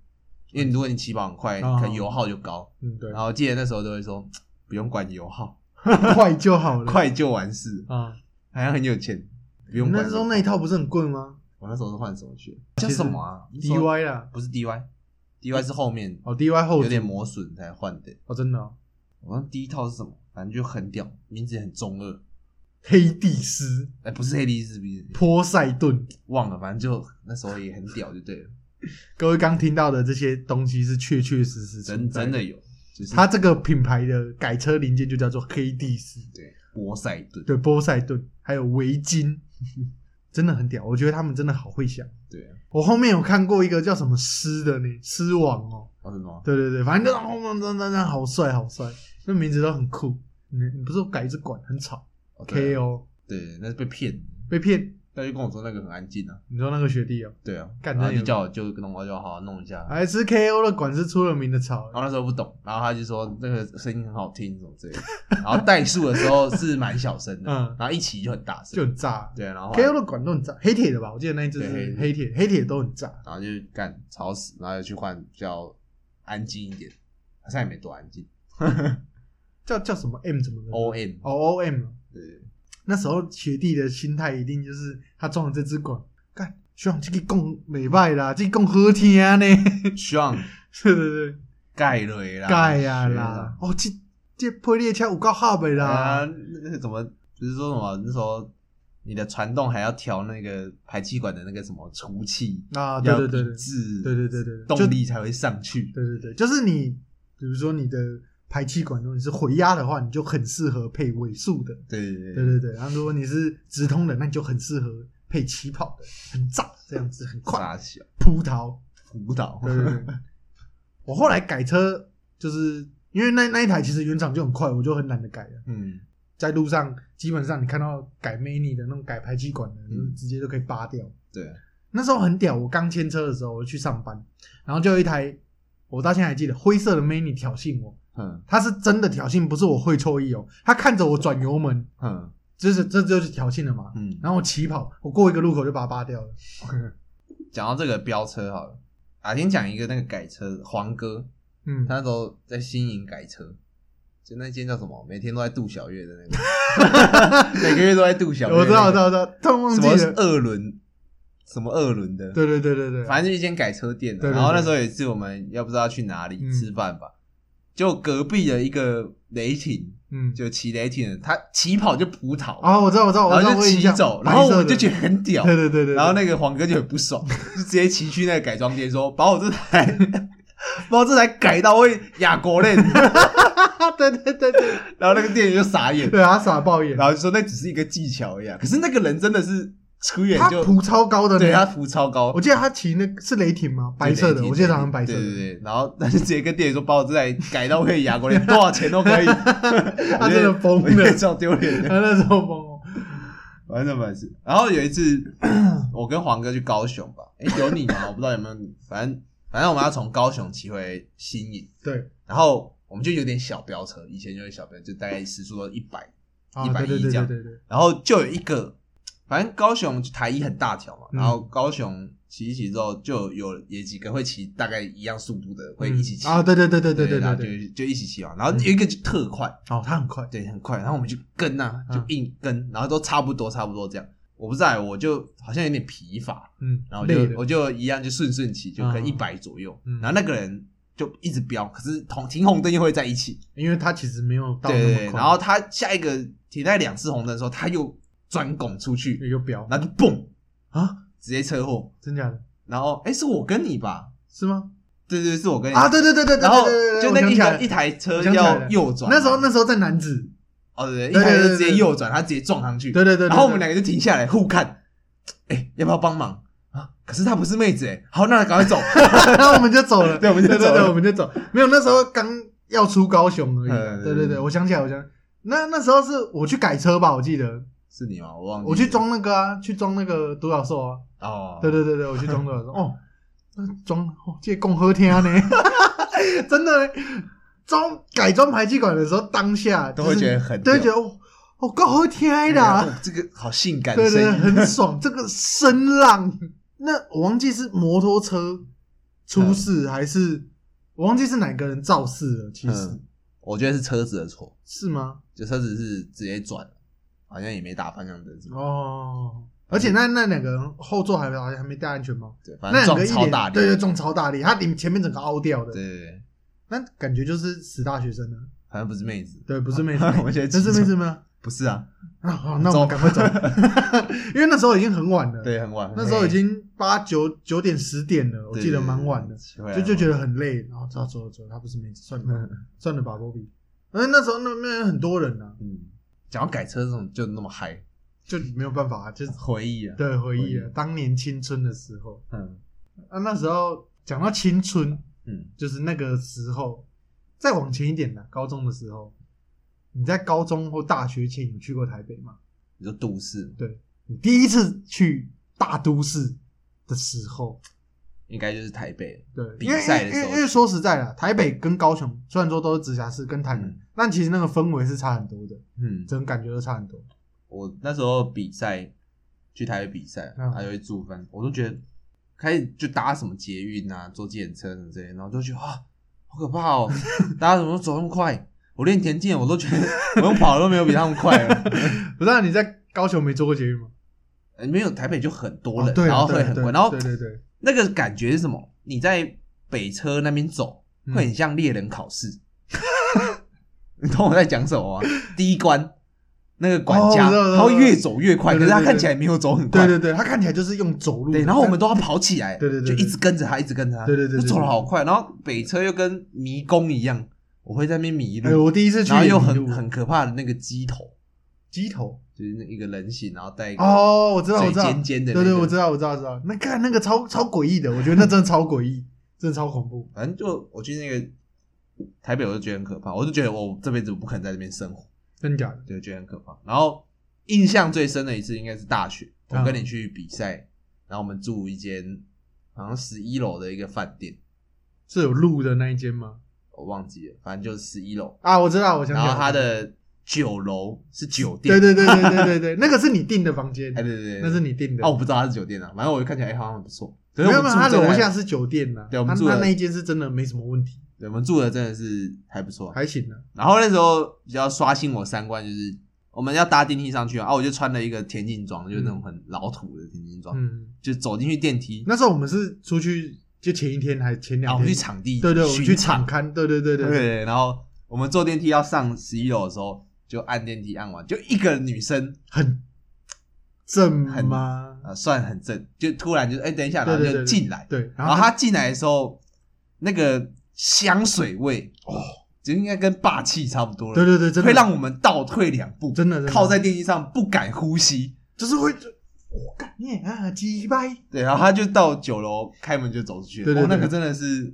Speaker 1: 因为如果你起跑很快，
Speaker 2: 哦
Speaker 1: 可能油耗就高。
Speaker 2: 嗯，对
Speaker 1: 然，后记得那时候都会说，不用管油耗，
Speaker 2: 快就好了。
Speaker 1: 快就完事，
Speaker 2: 啊，
Speaker 1: 好像很有钱，不用
Speaker 2: 你
Speaker 1: 管
Speaker 2: 那
Speaker 1: 油
Speaker 2: 时
Speaker 1: 耗。
Speaker 2: 候那一套不是很贵吗
Speaker 1: 我那时候是换什么去？叫什么啊那时候
Speaker 2: ？DY 啦，
Speaker 1: 不是 DY，DY 是后面
Speaker 2: 哦，DY 后
Speaker 1: 有点
Speaker 2: 点
Speaker 1: 磨损才换的。
Speaker 2: 哦，真的哦，
Speaker 1: 我忘记第一套是什么，反正就很屌，名字也很中二。
Speaker 2: 黑帝斯、
Speaker 1: 哎、不是黑历史，不是
Speaker 2: 波塞顿，
Speaker 1: 忘了，反正就那时候也很屌，就对了，
Speaker 2: 各位刚听到的这些东西是确确实实
Speaker 1: 真
Speaker 2: 存在
Speaker 1: 真的有，就是
Speaker 2: 它这个品牌的改车零件就叫做黑帝斯，
Speaker 1: 对波塞顿，
Speaker 2: 对，波塞顿，还有围巾， 真的很屌。我觉得他们真的好会想。
Speaker 1: 对啊，
Speaker 2: 我后面有看过一个叫什么狮的呢，狮王哦，
Speaker 1: 我什么？
Speaker 2: 对对对，反正就哦轰轰轰轰轰，好帅好帅，那名字都很酷。你你不是改一只管很吵
Speaker 1: 哦对啊
Speaker 2: ，KO
Speaker 1: 对，那是被骗，
Speaker 2: 被骗，
Speaker 1: 他就跟我说那个很安静啊，
Speaker 2: 你说那个学弟哦，
Speaker 1: 对啊，
Speaker 2: 干
Speaker 1: 然后
Speaker 2: 那有
Speaker 1: 就叫我就跟我就好好弄一下，然
Speaker 2: 还是 KO 的管是出了名的吵，
Speaker 1: 后那时候不懂，然后他就说那个声音很好听什么之类的，然后代数的时候是蛮小声的，
Speaker 2: 嗯
Speaker 1: 然后一起就很大
Speaker 2: 就
Speaker 1: 声，
Speaker 2: 很炸。
Speaker 1: 对，然后后来
Speaker 2: KO 的管都很炸，黑铁的吧？我记得那一只
Speaker 1: 啊对
Speaker 2: 是
Speaker 1: 黑
Speaker 2: 黑铁，黑铁都很炸。
Speaker 1: 然后就干吵死，然后就去换比较安静一点，好像也没多安静。
Speaker 2: 叫叫什么 M 怎么的
Speaker 1: O M
Speaker 2: 哦 O M 哦
Speaker 1: 对，
Speaker 2: 那时候学弟的心态一定就是他装了这只管，干，希望这个供美败啦，这个供好听呢，
Speaker 1: 上
Speaker 2: 对对对，
Speaker 1: 盖瑞啦，
Speaker 2: 盖呀啦，哦，这这配列车有够好的
Speaker 1: 学啊，
Speaker 2: 啦，
Speaker 1: 那个怎么不是说什么那时候你的传动还要调那个排气管的那个什么除气，
Speaker 2: 啊，对
Speaker 1: 要
Speaker 2: 对对对
Speaker 1: 一，致，
Speaker 2: 对对对对对
Speaker 1: 动力才会上去。
Speaker 2: 对对对，就是你，比如说你的排气管，如果你是回压的话，你就很适合配尾数的，
Speaker 1: 对对
Speaker 2: 对
Speaker 1: 对，
Speaker 2: 对对，然后如果你是直通的，那你就很适合配起跑的，很炸，这样子很快，
Speaker 1: 大小
Speaker 2: 扑逃。
Speaker 1: 舞蹈，
Speaker 2: 对 对对，我后来改车，就是因为那那一台其实原厂就很快，我就很懒得改了。
Speaker 1: 嗯，
Speaker 2: 在路上，基本上你看到改 Mini 的那种改排气管的，就是直接就可以扒掉。
Speaker 1: 对，
Speaker 2: 那时候很屌，我刚签车的时候，我去上班，然后就有一台，我到现在还记得灰色的 Mini 挑衅我，
Speaker 1: 嗯
Speaker 2: 他是真的挑衅，不是我会错意哦。他看着我转油门，
Speaker 1: 嗯
Speaker 2: 就是这就是挑衅了嘛。
Speaker 1: 嗯。
Speaker 2: 然后我起跑，我过一个路口就把它扒掉了。
Speaker 1: 讲到这个飙车好了，啊，先讲一个那个改车黄哥，
Speaker 2: 嗯，
Speaker 1: 他那时候在新营改车，就那间叫什么，每天都在度小月的那个， 每个月都在度小月、
Speaker 2: 我知道，我知道，我知道，突然忘
Speaker 1: 什
Speaker 2: 记
Speaker 1: 么
Speaker 2: 了。
Speaker 1: 二轮，什么二轮的，
Speaker 2: 对对对对对，
Speaker 1: 反正就一间改车店、啊。
Speaker 2: 对对对
Speaker 1: 然后那时候有一次我们要不知道去哪里、
Speaker 2: 嗯
Speaker 1: 吃饭吧，就隔壁的一个雷霆，
Speaker 2: 嗯，
Speaker 1: 就骑雷霆的，他起跑就葡萄，
Speaker 2: 啊，我知道，我知道，我
Speaker 1: 然
Speaker 2: 知
Speaker 1: 后
Speaker 2: 道，
Speaker 1: 就
Speaker 2: 我有印
Speaker 1: 骑
Speaker 2: 象
Speaker 1: 走，
Speaker 2: 白
Speaker 1: 然后
Speaker 2: 色
Speaker 1: 我
Speaker 2: 的
Speaker 1: 就觉得很屌。
Speaker 2: 对对对对，
Speaker 1: 然后
Speaker 2: 对
Speaker 1: 那个黄哥就很不爽，就直接骑去那个改 装店说：“把我这台，把我这台改到会哑国嘞！”
Speaker 2: 对对对对，
Speaker 1: 然后那个店员就傻眼，
Speaker 2: 对他傻爆眼
Speaker 1: 然，后就说那只是一个技巧一啊样。可是那个人真的是出远
Speaker 2: 他
Speaker 1: 就
Speaker 2: 扑超高的，
Speaker 1: 对他，浮超高
Speaker 2: 我，记得他骑那个是雷霆吗？白色的，
Speaker 1: 对
Speaker 2: 我记得好像白色
Speaker 1: 对对
Speaker 2: 的，
Speaker 1: 对，然后他就直接跟店员说把我这台改到可以哑光脸，多少钱都 可以。他
Speaker 2: 真的疯了
Speaker 1: 超丢脸的。
Speaker 2: 他那时候疯哦，
Speaker 1: 反正反正，然后有一次 我跟黄哥去高雄吧，哎、有你吗？我不知道有没有你，反正反正我们要从高雄骑回新营，
Speaker 2: 对，
Speaker 1: 然后我们就有点小飙车，以前就是小飙，就大概时速都一百，
Speaker 2: 啊
Speaker 1: 110
Speaker 2: 对对对
Speaker 1: 这
Speaker 2: 对
Speaker 1: 样
Speaker 2: 对对，
Speaker 1: 然后就有一个，反正高雄台一很大条嘛，
Speaker 2: 嗯
Speaker 1: 然后高雄骑一骑之后，就有也几个会骑大概一样速度的，会一起骑
Speaker 2: 嗯啊，对对对对对对
Speaker 1: 然
Speaker 2: 对嗯
Speaker 1: 后
Speaker 2: 对，
Speaker 1: 就就一起骑嘛，然后有一个就特快，
Speaker 2: 哦，他很快，
Speaker 1: 对，很快，然后我们就跟啊，
Speaker 2: 嗯
Speaker 1: 就硬跟，然后都差不多差不多这样。我不知道，我就好像有点疲乏，
Speaker 2: 嗯，
Speaker 1: 然后我
Speaker 2: 累
Speaker 1: 就
Speaker 2: 了
Speaker 1: 我就一样就顺顺骑，就跟
Speaker 2: 嗯
Speaker 1: 一百左右，
Speaker 2: 嗯
Speaker 1: 然后那个人就一直飙，可是同停红灯又会在一起，
Speaker 2: 因为他其实没有到
Speaker 1: 对
Speaker 2: 那
Speaker 1: 对
Speaker 2: 么
Speaker 1: 对，
Speaker 2: 快，
Speaker 1: 然后他下一个停在两次红灯的时候，他又转拱出去，
Speaker 2: 有表
Speaker 1: 然后就嘣，
Speaker 2: 啊，
Speaker 1: 直接车祸。
Speaker 2: 真假的，
Speaker 1: 然后哎，是我跟你吧？
Speaker 2: 是吗？
Speaker 1: 对对，对是我跟你
Speaker 2: 啊，。对对对对对，
Speaker 1: 然后
Speaker 2: 对对对
Speaker 1: 就
Speaker 2: 我
Speaker 1: 那一
Speaker 2: 想起来
Speaker 1: 台
Speaker 2: 了
Speaker 1: 一台车
Speaker 2: 我想起来
Speaker 1: 要
Speaker 2: 了
Speaker 1: 右转嘛，
Speaker 2: 那时候那时候在南子，
Speaker 1: 哦对，对
Speaker 2: 对
Speaker 1: 一台
Speaker 2: 对
Speaker 1: 车
Speaker 2: 对
Speaker 1: 直接
Speaker 2: 对
Speaker 1: 右转，他直接撞上去，
Speaker 2: 对对对，对
Speaker 1: 然后我们
Speaker 2: 对
Speaker 1: 两个就停下来互看，哎、要不要帮忙啊？可是她不是妹子哎、好，那赶快走。
Speaker 2: 然后我们就走了，
Speaker 1: 对我们就
Speaker 2: 对
Speaker 1: 走
Speaker 2: 对
Speaker 1: 了
Speaker 2: 对，我们就走。没有，那时候刚要出高雄而
Speaker 1: 嗯
Speaker 2: 已。对对对，我想起来，我想那那时候是我去改车吧，我记得
Speaker 1: 是你吗？我忘记了。
Speaker 2: 我去装那个啊，去装那个独角兽啊。
Speaker 1: 哦，
Speaker 2: 对对对对，我去装独角兽。哦，那装哦这共喝天啊呢， 真的呢装改装排气管的时候，当下
Speaker 1: 都
Speaker 2: 就是
Speaker 1: 会觉得很
Speaker 2: 都会
Speaker 1: 屌
Speaker 2: 觉得哦，哦够喝天的啊。
Speaker 1: 哦这个好性感的
Speaker 2: 对
Speaker 1: 声
Speaker 2: 对，对
Speaker 1: 音，
Speaker 2: 很爽。这个声浪，那我忘记是摩托车出事、还是我忘记是哪个人肇事了，其实、
Speaker 1: 嗯我觉得是车子的错，
Speaker 2: 是吗？
Speaker 1: 就车子是直接转了，好像也没打方向灯什么。
Speaker 2: 哦，而且那那两个人后座还好像还没戴安全帽，
Speaker 1: 对，反
Speaker 2: 那
Speaker 1: 正
Speaker 2: 两个
Speaker 1: 撞
Speaker 2: 一
Speaker 1: 超大
Speaker 2: 脸
Speaker 1: 力。
Speaker 2: 对对撞超大力，他里前面整个凹掉
Speaker 1: 对
Speaker 2: 的，
Speaker 1: 对对，
Speaker 2: 那感觉就是死大学生了。
Speaker 1: 反正不是妹子，，
Speaker 2: 对，不是妹子
Speaker 1: 我觉得
Speaker 2: 这是妹子吗？
Speaker 1: 不是啊，
Speaker 2: 啊，好，那我们赶快走， 因为那时候已经很晚了。，
Speaker 1: 对，很晚，
Speaker 2: 那时候已经八九九点十点了，我
Speaker 1: 对啊
Speaker 2: 记得蛮晚的。，就就觉得很累，然后走走走走，他不是没算了
Speaker 1: 嗯
Speaker 2: 算了吧，波比。而且那时候那边很多人啊，
Speaker 1: 嗯，讲到改车这种就那么嗨，
Speaker 2: 就没有办法、啊，就是
Speaker 1: 回忆啊，
Speaker 2: 对回忆
Speaker 1: 回
Speaker 2: 了当年青春的时候
Speaker 1: 嗯
Speaker 2: 啊。那时候讲到青春，
Speaker 1: 嗯，
Speaker 2: 就是那个时候，再往前一点呢，高中的时候，你在高中或大学前有去过台北吗？
Speaker 1: 你说都市嘛
Speaker 2: 你第一次去大都市的时候，
Speaker 1: 应该就是台北了，
Speaker 2: 对，
Speaker 1: 比
Speaker 2: 因为因
Speaker 1: 赛的
Speaker 2: 为
Speaker 1: 时候
Speaker 2: 因为因为说实在的，台北跟高雄虽然说都是直辖市跟台南，
Speaker 1: 嗯
Speaker 2: 但其实那个氛围是差很多的。
Speaker 1: 嗯，
Speaker 2: 真感觉都差很多。
Speaker 1: 我那时候比赛去台北比赛，
Speaker 2: 嗯
Speaker 1: 还有一住分，我都觉得开始就搭什么捷运啊，坐计程车什么之类的，然后就觉得啊，好可怕哦，大家怎么都走那么快？我练田径，我都觉得 我用跑都没有比他们快了。
Speaker 2: 不是、啊、你在高雄没做过捷运吗？
Speaker 1: 呃没有台北就很多人，
Speaker 2: 哦对啊
Speaker 1: 然后会
Speaker 2: 对啊
Speaker 1: 很
Speaker 2: 对啊
Speaker 1: 快，然后
Speaker 2: 对对对，
Speaker 1: 那个感觉是什么？你在北车那边走，
Speaker 2: 嗯
Speaker 1: 会很像猎人考 试。你懂我在讲什么吗？第一关那个管
Speaker 2: 哦
Speaker 1: 家，
Speaker 2: 我知道我知道
Speaker 1: 他会越走越快，可
Speaker 2: 对
Speaker 1: 是
Speaker 2: 对
Speaker 1: 他
Speaker 2: 对
Speaker 1: 看起来没有走很快
Speaker 2: 对。对对，他看起来就是用走路的。
Speaker 1: 对，然后我们都要跑起来，
Speaker 2: 对对对对
Speaker 1: 就一直跟着他，一直跟着他，
Speaker 2: 对对对对
Speaker 1: 就走的
Speaker 2: 对
Speaker 1: 好快。然后北车又跟迷宫一样，我会在那边迷
Speaker 2: 哎，
Speaker 1: 路，
Speaker 2: 我第一次去
Speaker 1: 然后又
Speaker 2: 也迷
Speaker 1: 很
Speaker 2: 路
Speaker 1: 很可怕的那个鸡头，
Speaker 2: 鸡头。
Speaker 1: 就是那一个人形，然后戴一个
Speaker 2: 哦，我知道，
Speaker 1: 嘴
Speaker 2: 我知道，
Speaker 1: 尖尖的那
Speaker 2: 对
Speaker 1: 个
Speaker 2: 对，我知道，我知道，我知道。那看那个超超诡异的，我觉得那真的超诡异， 真的超恐怖。
Speaker 1: 反正就我去那个台北，我就觉得很可怕，我就觉得我这辈子不可能在这边生活，
Speaker 2: 真假的？
Speaker 1: 对，觉得很可怕。然后印象最深的一次应该是大学，我跟
Speaker 2: 嗯
Speaker 1: 你去比赛，然后我们住一间好像十一楼的一个饭店，
Speaker 2: 是有路的那一间吗？
Speaker 1: 我忘记了，反正就是十一楼。
Speaker 2: 啊，我知道，我想起
Speaker 1: 然
Speaker 2: 来了。
Speaker 1: 后它的九楼是酒店，
Speaker 2: 对对对对对对对， 那个是你订的房间
Speaker 1: 哎，，对对对，
Speaker 2: 那是你订的
Speaker 1: 哦，。我不知道它是酒店啊，反正我就看起来哎好像很不错。可是
Speaker 2: 没
Speaker 1: 我
Speaker 2: 有
Speaker 1: 们
Speaker 2: 没有，
Speaker 1: 住
Speaker 2: 他
Speaker 1: 真的
Speaker 2: 楼
Speaker 1: 还
Speaker 2: 下，是酒店呐，
Speaker 1: 对我们
Speaker 2: 他
Speaker 1: 住的
Speaker 2: 他那一间是真的没什么问题，
Speaker 1: 对我们住的真的是还不错啊。
Speaker 2: 还行呢。
Speaker 1: 然后那时候比较刷新我三观，就是我们要搭电梯上去嘛啊，我就穿了一个田径装，就是那种很老土的田径装，
Speaker 2: 嗯，
Speaker 1: 就走进去电梯，
Speaker 2: 那时候我们是出去，就前一天还前
Speaker 1: 然哦
Speaker 2: 两
Speaker 1: 后我们
Speaker 2: 天，
Speaker 1: 去场地，
Speaker 2: 对对，我们去
Speaker 1: 场
Speaker 2: 场，刊，对对对
Speaker 1: 对
Speaker 2: 对
Speaker 1: 对
Speaker 2: 对，
Speaker 1: 对，然后我们坐电梯要上十一楼的时候，就按电梯按完，就一个女生
Speaker 2: 很正
Speaker 1: 很
Speaker 2: 吗？
Speaker 1: 呃算很正，就突然就哎、等一下，然
Speaker 2: 对
Speaker 1: 后
Speaker 2: 对对，
Speaker 1: 就进来，
Speaker 2: 对，然
Speaker 1: 然后
Speaker 2: 后
Speaker 1: 她进来的时候，那个香水味
Speaker 2: 哦，
Speaker 1: 就应该跟霸气差不多了。
Speaker 2: 对对对，真的
Speaker 1: 会让我们倒退两步，
Speaker 2: 真的真的
Speaker 1: 靠在电梯上不敢呼吸。
Speaker 2: 就是会，我干你啊，鸡掰！
Speaker 1: 对，然后他就到九楼开门就走出去了。
Speaker 2: 对对
Speaker 1: 哦那
Speaker 2: 对
Speaker 1: 个真的是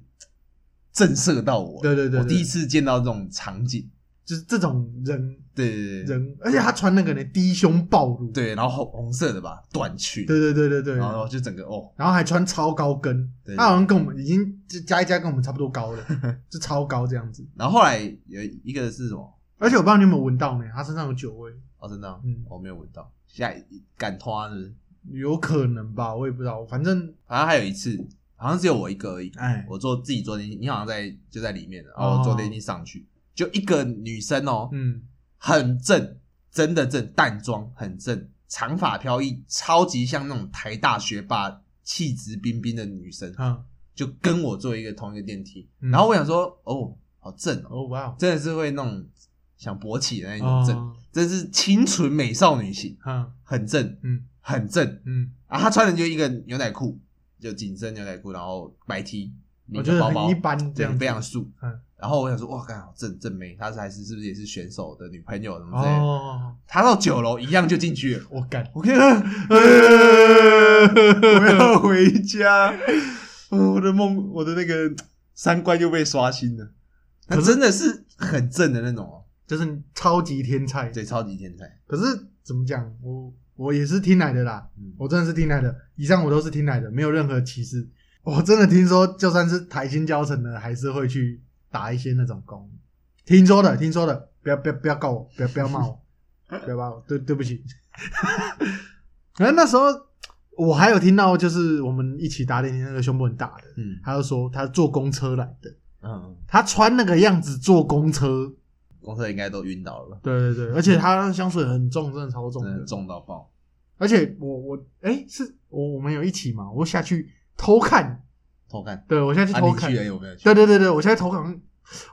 Speaker 1: 震慑到我。
Speaker 2: 对对对
Speaker 1: 我
Speaker 2: 对
Speaker 1: 第一次见到这种场景。
Speaker 2: 就是这种人
Speaker 1: 对对对对
Speaker 2: 人，而且他穿那个呢低胸暴露，
Speaker 1: 对，然后红红色的吧，短裙，
Speaker 2: 对对对对对，
Speaker 1: 然后就整个哦，
Speaker 2: 然后还穿超高跟
Speaker 1: 对，
Speaker 2: 他好像跟我们已经加一加跟我们差不多高了， 就超高这样子。
Speaker 1: 然后后来有一个是什么？
Speaker 2: 而且我不知道你有没有闻到呢，他身上有酒味，
Speaker 1: 哦，真的啊，
Speaker 2: 嗯
Speaker 1: 我没有闻到。下一敢拖是不是？
Speaker 2: 有可能吧，我也不知道，反正
Speaker 1: 好像还有一次，好像只有我一个而已。
Speaker 2: 哎，
Speaker 1: 我坐自己坐电梯，你好像在就在里面了，然
Speaker 2: 哦
Speaker 1: 后我坐电梯上去，就一个女生哦，
Speaker 2: 嗯，
Speaker 1: 很正，真的正，淡妆很正，长发飘逸，超级像那种台大学霸，气质彬彬的女生，
Speaker 2: 啊，
Speaker 1: 就跟我坐一个同一个电梯，
Speaker 2: 嗯
Speaker 1: 然后我想说，哦，好正哦，
Speaker 2: 哦哇，
Speaker 1: 真的是会那种想勃起的那一种正，
Speaker 2: 哦，
Speaker 1: 真是清纯美少女型，
Speaker 2: 啊，
Speaker 1: 很正，
Speaker 2: 嗯
Speaker 1: 很正
Speaker 2: 嗯，
Speaker 1: 啊！她穿的就一个牛仔裤，就紧身牛仔裤，然后白 T，
Speaker 2: 我
Speaker 1: 领
Speaker 2: 觉
Speaker 1: 个
Speaker 2: 得
Speaker 1: 包
Speaker 2: 很
Speaker 1: 包
Speaker 2: 一，般，这
Speaker 1: 对
Speaker 2: 样子
Speaker 1: 非常素。
Speaker 2: 嗯
Speaker 1: 然后我想说，哇，刚好正正妹，她是还是是不是也是选手的女朋友什么之类的？
Speaker 2: 哦，
Speaker 1: 她到九楼一样就进去了。
Speaker 2: 我干，
Speaker 1: 我看， 我要回家， 我的梦，我的那个三观又被刷新了。她
Speaker 2: 可是
Speaker 1: 真的是很正的那种哦，
Speaker 2: 就是超级天才，
Speaker 1: 对，超级天才。
Speaker 2: 可是怎么讲，我我也是听来的啦，
Speaker 1: 嗯
Speaker 2: 我真的是听来的，以上我都是听来的，没有任何歧视。我真的听说，就算是台新教程的，还是会去打一些那种工。听说的，听说的，不要不要不要告我，不要不要骂 我，不要骂我，对对不起。 可能那时候我还有听到，就是我们一起打点滴那个胸部很大的，
Speaker 1: 嗯
Speaker 2: 他就说他坐公车来的，
Speaker 1: 嗯，
Speaker 2: 他穿那个样子坐公车，
Speaker 1: 公车应该都晕倒了吧，
Speaker 2: 对对对，而且他香水很重，真的超重
Speaker 1: 真
Speaker 2: 的
Speaker 1: 的，重到爆。
Speaker 2: 而且我我哎，是我我们有一起嘛？我下去偷看，
Speaker 1: 偷看，
Speaker 2: 对我下去
Speaker 1: 啊，
Speaker 2: 偷
Speaker 1: 你
Speaker 2: 看，
Speaker 1: 去了有没有去？
Speaker 2: 对对对对，我下去偷看，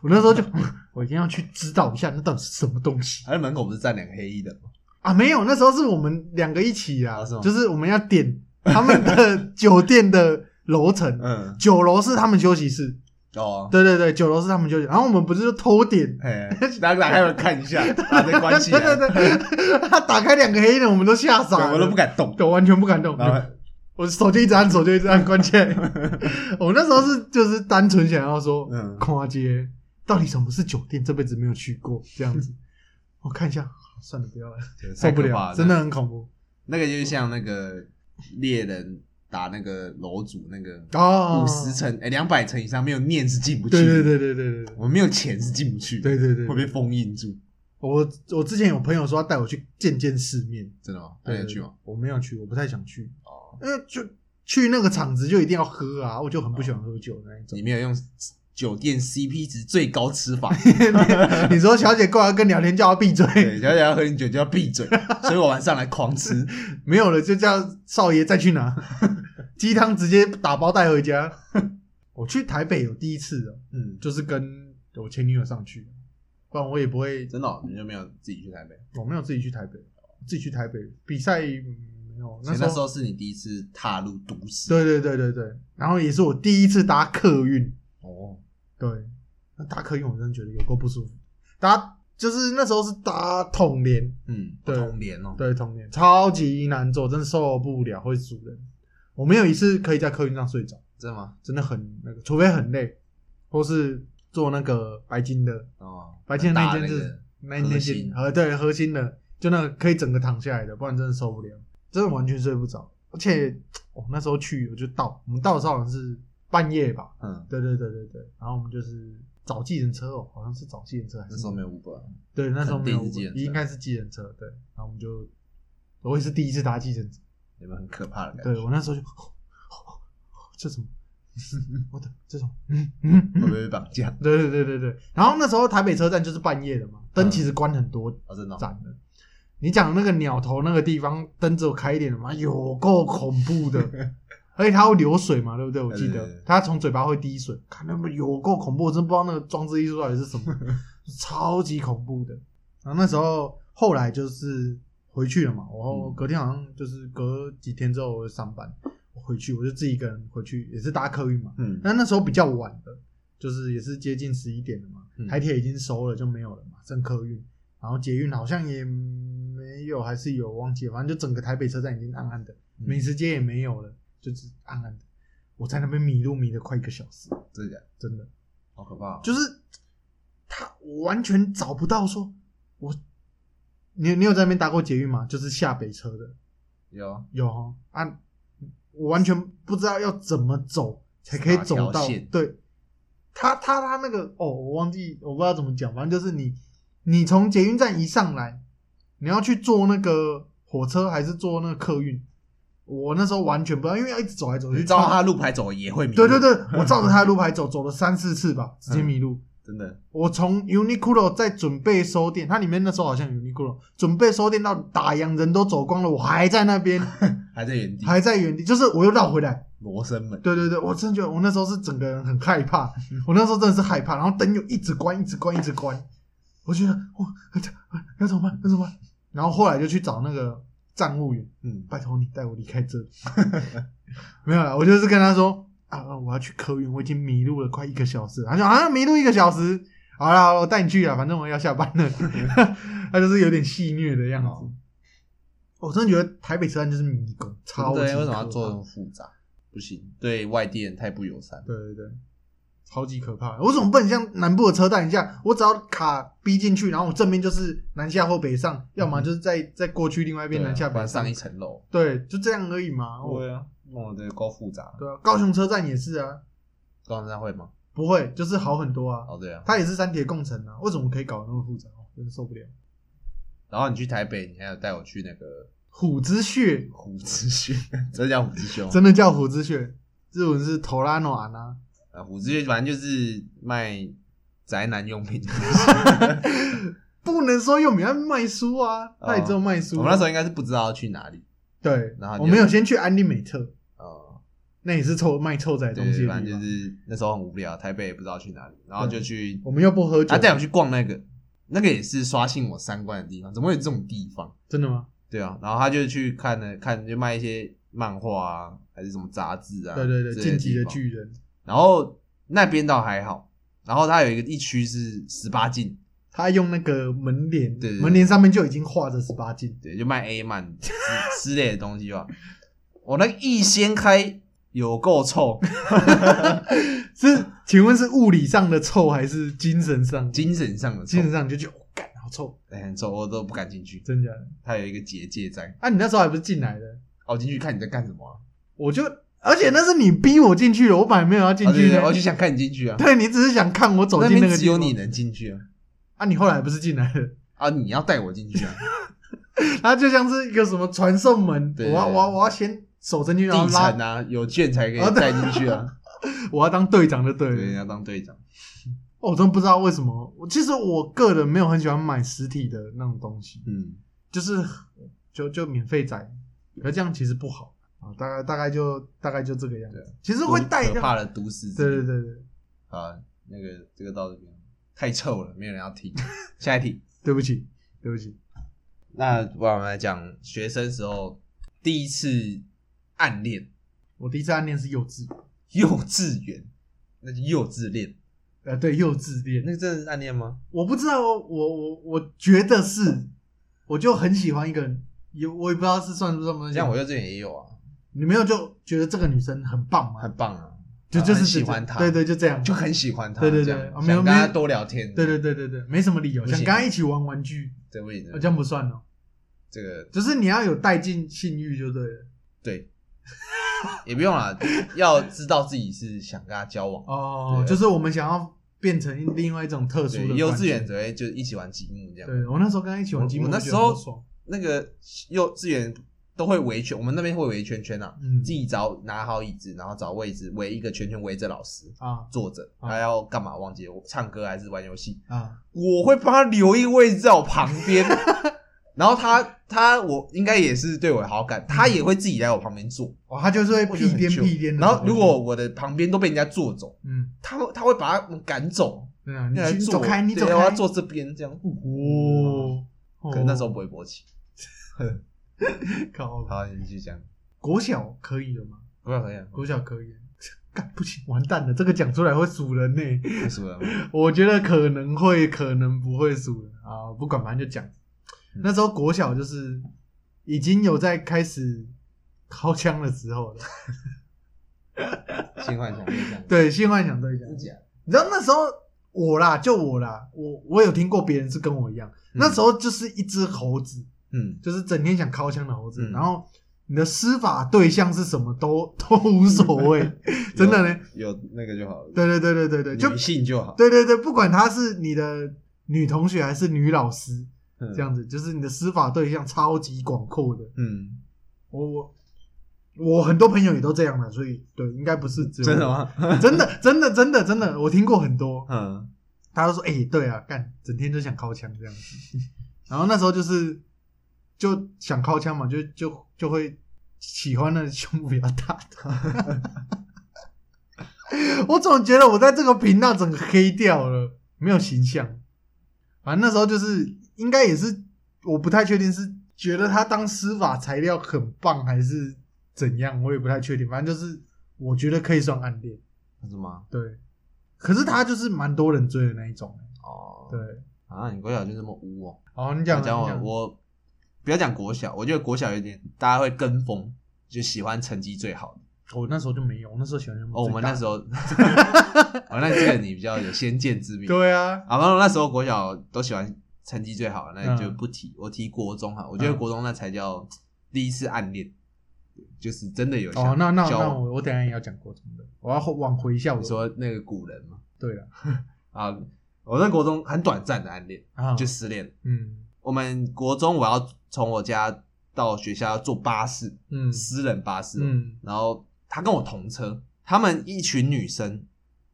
Speaker 2: 我那时候就 我一定要去知道一下那到底是什么东西
Speaker 1: 他在门口不是站两个黑衣的吗？
Speaker 2: 啊！没有，那时候是我们两个一起啊
Speaker 1: 啊是吗，
Speaker 2: 就是我们要点他们的酒店的楼层，
Speaker 1: 嗯，
Speaker 2: 九楼是他们休息室，
Speaker 1: 哦，
Speaker 2: 对对对，九楼是他们休息，然后我们不是就偷点。
Speaker 1: 哎， 然后打开门看一下，把这关起来，
Speaker 2: 对对对，他打开两个黑人，我们都吓傻了，
Speaker 1: 我都不，敢动。
Speaker 2: 啊对，完全不敢动。
Speaker 1: 然后，
Speaker 2: 我手就一直按，手就一直按关 键。我那时候是就是单纯想要说，
Speaker 1: 嗯
Speaker 2: 跨街到底什么是酒店，这辈子没有去过这样 子。我看一下，算了，不要了，受不
Speaker 1: 太可怕
Speaker 2: 了，真的很恐怖
Speaker 1: 那个就像那个猎人打那个楼主那个
Speaker 2: 哦。
Speaker 1: 五十层，哎，两百层以上没有念是进不去，
Speaker 2: 对，对对对对对对
Speaker 1: 我没有钱是进不去，
Speaker 2: 对对对
Speaker 1: 会
Speaker 2: 对，
Speaker 1: 被封印住，
Speaker 2: 我我之前有朋友说要带我去见见世面，
Speaker 1: 真的吗？那你有去吗？？
Speaker 2: 我啊没有去，我不太想去，
Speaker 1: 哦，
Speaker 2: 因为就去那个场子就一定要喝啊，我就很不喜欢喝酒的那一种
Speaker 1: 你。没有用酒店 CP 值最高吃 法，
Speaker 2: 你说小姐过来跟聊天，叫她闭嘴，
Speaker 1: 对，小姐要喝你酒就要闭 嘴，所以我晚上来狂吃。
Speaker 2: 没有了，就叫少爷再去拿 鸡汤，直接打包带回家。 我去台北有第一次哦，
Speaker 1: 嗯，
Speaker 2: 就是跟我前女友上去，不然我也不会，
Speaker 1: 真的哦、你就没有自己去台北？
Speaker 2: 我没有自己去台北，自己去台北比赛、嗯没有。
Speaker 1: 所
Speaker 2: 那
Speaker 1: 以
Speaker 2: 时
Speaker 1: 那
Speaker 2: 候，
Speaker 1: 时候是你第一次踏入都市。
Speaker 2: 对对对对对，然后也是我第一次搭客运，
Speaker 1: 哦，
Speaker 2: 对，那搭客运我真的觉得有够不舒服，搭就是那时候是搭统联，
Speaker 1: 嗯，不
Speaker 2: 对
Speaker 1: 同年哦。
Speaker 2: 对，童年超级难做，真受不了，会煮人。我没有一次可以在客运上睡着，
Speaker 1: 真的吗？
Speaker 2: 真的很那个，除非很累，或是做那个白金的，
Speaker 1: 哦，
Speaker 2: 白金的
Speaker 1: 大
Speaker 2: 那间
Speaker 1: 那
Speaker 2: 是
Speaker 1: 个
Speaker 2: 那
Speaker 1: 核
Speaker 2: 那间
Speaker 1: 心
Speaker 2: 呃对核心的，就那个可以整个躺下来的，不然真的受不了，真的完全睡不着。而且我、哦那时候去我就到，我们到的时候好像是半夜吧，
Speaker 1: 嗯，
Speaker 2: 对对对对对，然后我们就是找计程车哦，好像是找计程车还是
Speaker 1: 那时候没有 Uber，
Speaker 2: 对，那时候没有
Speaker 1: 肯定是计程
Speaker 2: Uber，
Speaker 1: 车
Speaker 2: 应该是计程车，对，然后我们就我也是第一次搭计程车，
Speaker 1: 有没有很可怕的感觉？
Speaker 2: 对我那时候就 这什么，我的这种，嗯嗯
Speaker 1: 会不
Speaker 2: 嗯，
Speaker 1: 会被绑架？
Speaker 2: 对对对对对，然后那时候台北车站就是半夜的嘛，
Speaker 1: 嗯
Speaker 2: 灯其实关很多
Speaker 1: 哦，真的哦。
Speaker 2: 站的。你讲那个鸟头那个地方灯只有开一点的嘛，有够恐怖的， 而且它会流水嘛，对不对？我记
Speaker 1: 对对
Speaker 2: 得
Speaker 1: 对对
Speaker 2: 它从嘴巴会滴水，看那么有够恐怖，我真不知道那个装置艺术到底是什么，超级恐怖的。然后那时候后来就是回去了嘛，我后
Speaker 1: 嗯
Speaker 2: 隔天好像就是隔几天之后我就上班，我回去我就自己一个人回去，也是搭客运嘛。
Speaker 1: 嗯，
Speaker 2: 那那时候比较晚了，就是也是接近十一点了嘛
Speaker 1: 嗯，
Speaker 2: 台铁已经收了就没有了嘛，剩客运，然后捷运好像也没有，还是有忘记了，反正就整个台北车站已经暗暗的，
Speaker 1: 嗯
Speaker 2: 美食街也没有了，就是暗暗的。我在那边迷路迷了快一个小时，
Speaker 1: 真的假的
Speaker 2: 真的
Speaker 1: 好可怕哦、
Speaker 2: 就是他我完全找不到说，我你你有在那边搭过捷运吗？就是下北车的，
Speaker 1: 有啊
Speaker 2: 有哦啊，我完全不知道要怎么走才可以走
Speaker 1: 哪条
Speaker 2: 到
Speaker 1: 线。
Speaker 2: 对，他他他那个哦，我忘记我不知道怎么讲，反正就是你你从捷运站一上来，你要去坐那个火车还是坐那个客运？我那时候完全不知道，因为要一直走来走去。
Speaker 1: 你照他路牌走也会迷路。嗯
Speaker 2: 对对，对，我照着 他的路牌走，走了三四次吧，直接迷路。
Speaker 1: 真的
Speaker 2: 我从 Uniqlo 在准备收店，它里面那时候好像 Uniqlo 准备收店到打烊，人都走光了，我还在那边，
Speaker 1: 还在原地
Speaker 2: 还在原地，就是我又绕回来。
Speaker 1: 罗生门。
Speaker 2: 对对对，我真的觉得我那时候是整个人很害怕，我那时候真的是害怕，然后灯又一直关，一直关，一直关，我觉得哇，要怎么办？要怎么办？然后后来就去找那个站务员，
Speaker 1: 嗯，
Speaker 2: 拜托你带我离开这里。 没有啦，我就是跟他说啊，我要去客运，我已经迷路了快一个小时了。他说啊，迷路一个小时，好啦，好啦我带你去啊，反正我要下班了。 他就是有点戏谑的样子
Speaker 1: 哦。
Speaker 2: 我真的觉得台北车站就是迷宫，超级
Speaker 1: 对，为什么
Speaker 2: 可
Speaker 1: 要
Speaker 2: 怕
Speaker 1: 做这么复杂？不行，对外地人太不友善。
Speaker 2: 对对对，超级可怕。我怎么不能像南部的车站一样，我只要卡逼进去，然后我正面就是南下或北上，要么就是再再过去另外一边
Speaker 1: 嗯对啊
Speaker 2: 南下
Speaker 1: 不
Speaker 2: 北
Speaker 1: 然上一层楼。
Speaker 2: 对，就这样而已嘛。我
Speaker 1: 啊，弄得够复杂。
Speaker 2: 对啊，高雄车站也是啊，
Speaker 1: 高山会吗？
Speaker 2: 不会，就是好很多啊。
Speaker 1: 哦，对啊。
Speaker 2: 它也是三铁共乘啊，为什么可以搞得那么复杂？哦真的受不了。
Speaker 1: 然后你去台北，你还有带我去那个
Speaker 2: 虎之穴
Speaker 1: 虎之 穴，真的叫虎之穴吗？
Speaker 2: 真的叫虎之穴，日文是头拉诺安啊。
Speaker 1: 啊，虎之穴反正就是卖宅男用品。
Speaker 2: 不能说又没有卖书啊，那也只有卖书。
Speaker 1: 哦我们那时候应该是不知道要去哪里
Speaker 2: 对
Speaker 1: 然后，就
Speaker 2: 我们有先去安利美特，
Speaker 1: 啊，
Speaker 2: 那也是臭卖臭仔的东
Speaker 1: 对，
Speaker 2: 西的地
Speaker 1: 反
Speaker 2: 方。
Speaker 1: 正就是那时候很无聊，台北也不知道去哪里，然后就去
Speaker 2: 我们又不喝酒，
Speaker 1: 他带我去逛那个，那个也是刷新我三观的地方，怎么会有这种地方？
Speaker 2: 真的吗？
Speaker 1: 对啊，然后他就去看了看，就卖一些漫画啊，还是什么杂志啊，
Speaker 2: 对对对，
Speaker 1: 之类
Speaker 2: 晋级的
Speaker 1: 地方。
Speaker 2: 巨人，
Speaker 1: 然后那边倒还好，然后它有一个一区是十八禁，
Speaker 2: 他用那个门帘
Speaker 1: 对对，对
Speaker 2: 门帘上面就已经画着十八禁，
Speaker 1: 对，就卖 A 漫之 之类的东西吧。我那个一掀开，有够臭，
Speaker 2: 是请问是物理上的臭还是精神上？
Speaker 1: 精神上的臭
Speaker 2: 精，神上你就觉得我干好臭，
Speaker 1: 哎很臭，我都不敢进去。
Speaker 2: 真假的？
Speaker 1: 它有一个结界在，
Speaker 2: 啊，你那时候还不是进来的？
Speaker 1: 哦，进去看你在干什么啊？
Speaker 2: 我就，而且那是你逼我进去的，我本来没有要进
Speaker 1: 哦对
Speaker 2: 去
Speaker 1: 对
Speaker 2: 的
Speaker 1: 对，我就想看你进去啊。
Speaker 2: 对你只是想看我走
Speaker 1: 那
Speaker 2: 进
Speaker 1: 边
Speaker 2: 个
Speaker 1: 只
Speaker 2: 地
Speaker 1: 有
Speaker 2: 方
Speaker 1: 你能进去啊。
Speaker 2: 啊，你后来不是进来 了？
Speaker 1: 啊，你要带我进去 啊！
Speaker 2: 它就像是一个什么传送门，
Speaker 1: 对
Speaker 2: 我
Speaker 1: 对
Speaker 2: 要
Speaker 1: 对
Speaker 2: 我要我要先手伸进去，然后
Speaker 1: 地
Speaker 2: 拉
Speaker 1: 产，啊，有券才可
Speaker 2: 哦
Speaker 1: 以
Speaker 2: 对
Speaker 1: 带进去啊。
Speaker 2: 我要当队长就对
Speaker 1: 对，你
Speaker 2: 了。
Speaker 1: 要当队长。
Speaker 2: 哦我真不知道为什么，我其实我个人没有很喜欢买实体的那种东西，
Speaker 1: 嗯，
Speaker 2: 就是就就免费仔，可这样其实不好啊。大概大概就大概就这个样子
Speaker 1: 对，啊
Speaker 2: 其实会带
Speaker 1: 可怕
Speaker 2: 到，
Speaker 1: 的都市之
Speaker 2: 对对
Speaker 1: 旅
Speaker 2: 对对，
Speaker 1: 啊，那个这个到这边太臭了，没有人要听。下一题，
Speaker 2: 对不起对不起，
Speaker 1: 那不然我们来讲学生时候第一次暗恋，
Speaker 2: 我第一次暗恋是幼稚园，
Speaker 1: 幼稚园，那就幼稚恋，
Speaker 2: 呃，对幼稚恋，
Speaker 1: 那个真的是暗恋吗？
Speaker 2: 我不知道，我我我觉得是，我就很喜欢一个人，也我也不知道是算不算不算。
Speaker 1: 像我幼稚园也有啊，
Speaker 2: 你没有就觉得这个女生很棒嘛
Speaker 1: 很，棒啊，
Speaker 2: 就
Speaker 1: 啊
Speaker 2: 就是
Speaker 1: 很喜欢她，
Speaker 2: 对对，就这样，
Speaker 1: 就很喜欢她，
Speaker 2: 对对对
Speaker 1: 这样
Speaker 2: 啊没有
Speaker 1: 想跟她
Speaker 2: 没有
Speaker 1: 多聊天，
Speaker 2: 对对对对对，没什么理由，
Speaker 1: 不行
Speaker 2: 想跟她一起玩玩具，
Speaker 1: 对不
Speaker 2: 啊
Speaker 1: 对？
Speaker 2: 这样不算哦，
Speaker 1: 这个
Speaker 2: 就是你要有带进性欲就对了。
Speaker 1: 对， 也不用啦，要知道自己是想跟他交往。
Speaker 2: 哦
Speaker 1: 对，
Speaker 2: 就是我们想要变成另外一种特殊
Speaker 1: 对
Speaker 2: 的，
Speaker 1: 幼
Speaker 2: 关
Speaker 1: 稚
Speaker 2: 系
Speaker 1: 园只。会就一起玩积木这样。
Speaker 2: 对我那时候跟她一起玩积木，
Speaker 1: 我我那
Speaker 2: 觉得
Speaker 1: 时候
Speaker 2: 好爽
Speaker 1: 那个幼稚园都会围圈，我们那边会围圈圈啊，
Speaker 2: 嗯
Speaker 1: 自己找拿好椅子，然后找位置围一个圈圈，围着老师
Speaker 2: 啊
Speaker 1: 坐着，
Speaker 2: 啊
Speaker 1: 他要干嘛忘记了，我唱歌还是玩游戏，
Speaker 2: 啊，
Speaker 1: 我会帮他留一个位置在我旁 边。然后他他我应该也是对我有好感，他
Speaker 2: 嗯
Speaker 1: 也会自己来我旁边坐。
Speaker 2: 哦，她就是会
Speaker 1: 我觉得
Speaker 2: 屁
Speaker 1: 很
Speaker 2: 颠
Speaker 1: chill
Speaker 2: 屁颠的
Speaker 1: 然
Speaker 2: 跑过去。
Speaker 1: 后如果我的旁边都被人家坐走，
Speaker 2: 嗯，
Speaker 1: 他会他会把他们赶走，
Speaker 2: 对啊，
Speaker 1: 要来
Speaker 2: 你去
Speaker 1: 坐
Speaker 2: 走
Speaker 1: 我
Speaker 2: 开，你
Speaker 1: 对
Speaker 2: 走
Speaker 1: 我
Speaker 2: 开
Speaker 1: 要，坐这边这样。
Speaker 2: 哦，
Speaker 1: 可能那时候不会勃起。
Speaker 2: 靠
Speaker 1: 好，你继续讲。
Speaker 2: 哦国小可以了吗？
Speaker 1: 不要可以啊，
Speaker 2: 哦国小可以， 干不行，完蛋了，这个讲出来会数人呢、
Speaker 1: 太输了。
Speaker 2: 我觉得可能会，可能不会数人啊，不管，反正就讲。
Speaker 1: 嗯
Speaker 2: 那时候国小就是已经有在开始掏枪的时候了，
Speaker 1: 新幻想对象，
Speaker 2: 对性幻想对象
Speaker 1: 真。假？
Speaker 2: 你知道那时候我啦，就我啦，我我有听过别人是跟我一样，那时候就是一只猴子，
Speaker 1: 嗯，
Speaker 2: 就是整天想掏枪的猴子，
Speaker 1: 嗯
Speaker 2: 然后你的施法对象是什么都都无所 谓，真的呢。
Speaker 1: 有那个就好了，
Speaker 2: 对对对对对对，就
Speaker 1: 女性就好，
Speaker 2: 对对对，不管她是你的女同学还是女老
Speaker 1: 嗯
Speaker 2: 师，这样子就是你的施法对象超级广阔的。
Speaker 1: 嗯，
Speaker 2: 我我我很多朋友也都这样的，所以对，应该不是只有
Speaker 1: 真的？吗？
Speaker 2: 真的真的真的真的，我听过很多，
Speaker 1: 嗯
Speaker 2: 他就说：“哎、对啊，干，整天就想靠枪这样子。” 然后那时候就是就想靠枪嘛，就就就会喜欢那胸部比较大的。 我总觉得我在这个频道整个黑掉了，没有形象。反正那时候就是应该也是，我不太确定是觉得他当施法材料很棒还是怎样，我也不太确定。反正就是我觉得可以算暗恋，
Speaker 1: 是吗？
Speaker 2: 对。可是他就是蛮多人追的那一种、欸
Speaker 1: 哦，
Speaker 2: 对，
Speaker 1: 啊，你国小就这么污哦。
Speaker 2: 哦，你讲
Speaker 1: 我讲
Speaker 2: 你
Speaker 1: 我
Speaker 2: 讲
Speaker 1: 我不要讲国小，我觉得国小有点大家会跟风，就喜欢成绩最好的。
Speaker 2: 哦我那时候就没有，我那时候喜欢
Speaker 1: 哦，我们那时
Speaker 2: 候
Speaker 1: 候，哦，那这个你比较有先见之明。
Speaker 2: 对啊，
Speaker 1: 啊，反正我那时候国小都喜欢成绩最好，那就
Speaker 2: 嗯
Speaker 1: 不提。我提国中哈，我觉得
Speaker 2: 嗯
Speaker 1: 国中那才叫第一次暗恋，就是真的有
Speaker 2: 哦，那那
Speaker 1: 交
Speaker 2: 那
Speaker 1: 往。
Speaker 2: 我我等一下也要讲国中的，我要往回一下我
Speaker 1: 你说那个古人嘛，
Speaker 2: 对了
Speaker 1: 啊，我在国中很短暂的暗恋，
Speaker 2: 啊，
Speaker 1: 就失恋了。
Speaker 2: 嗯
Speaker 1: 我们国中我要从我家到学校要坐巴士，
Speaker 2: 嗯
Speaker 1: 私人巴士哦、
Speaker 2: 嗯
Speaker 1: 然后她跟我同车，她们一群女生，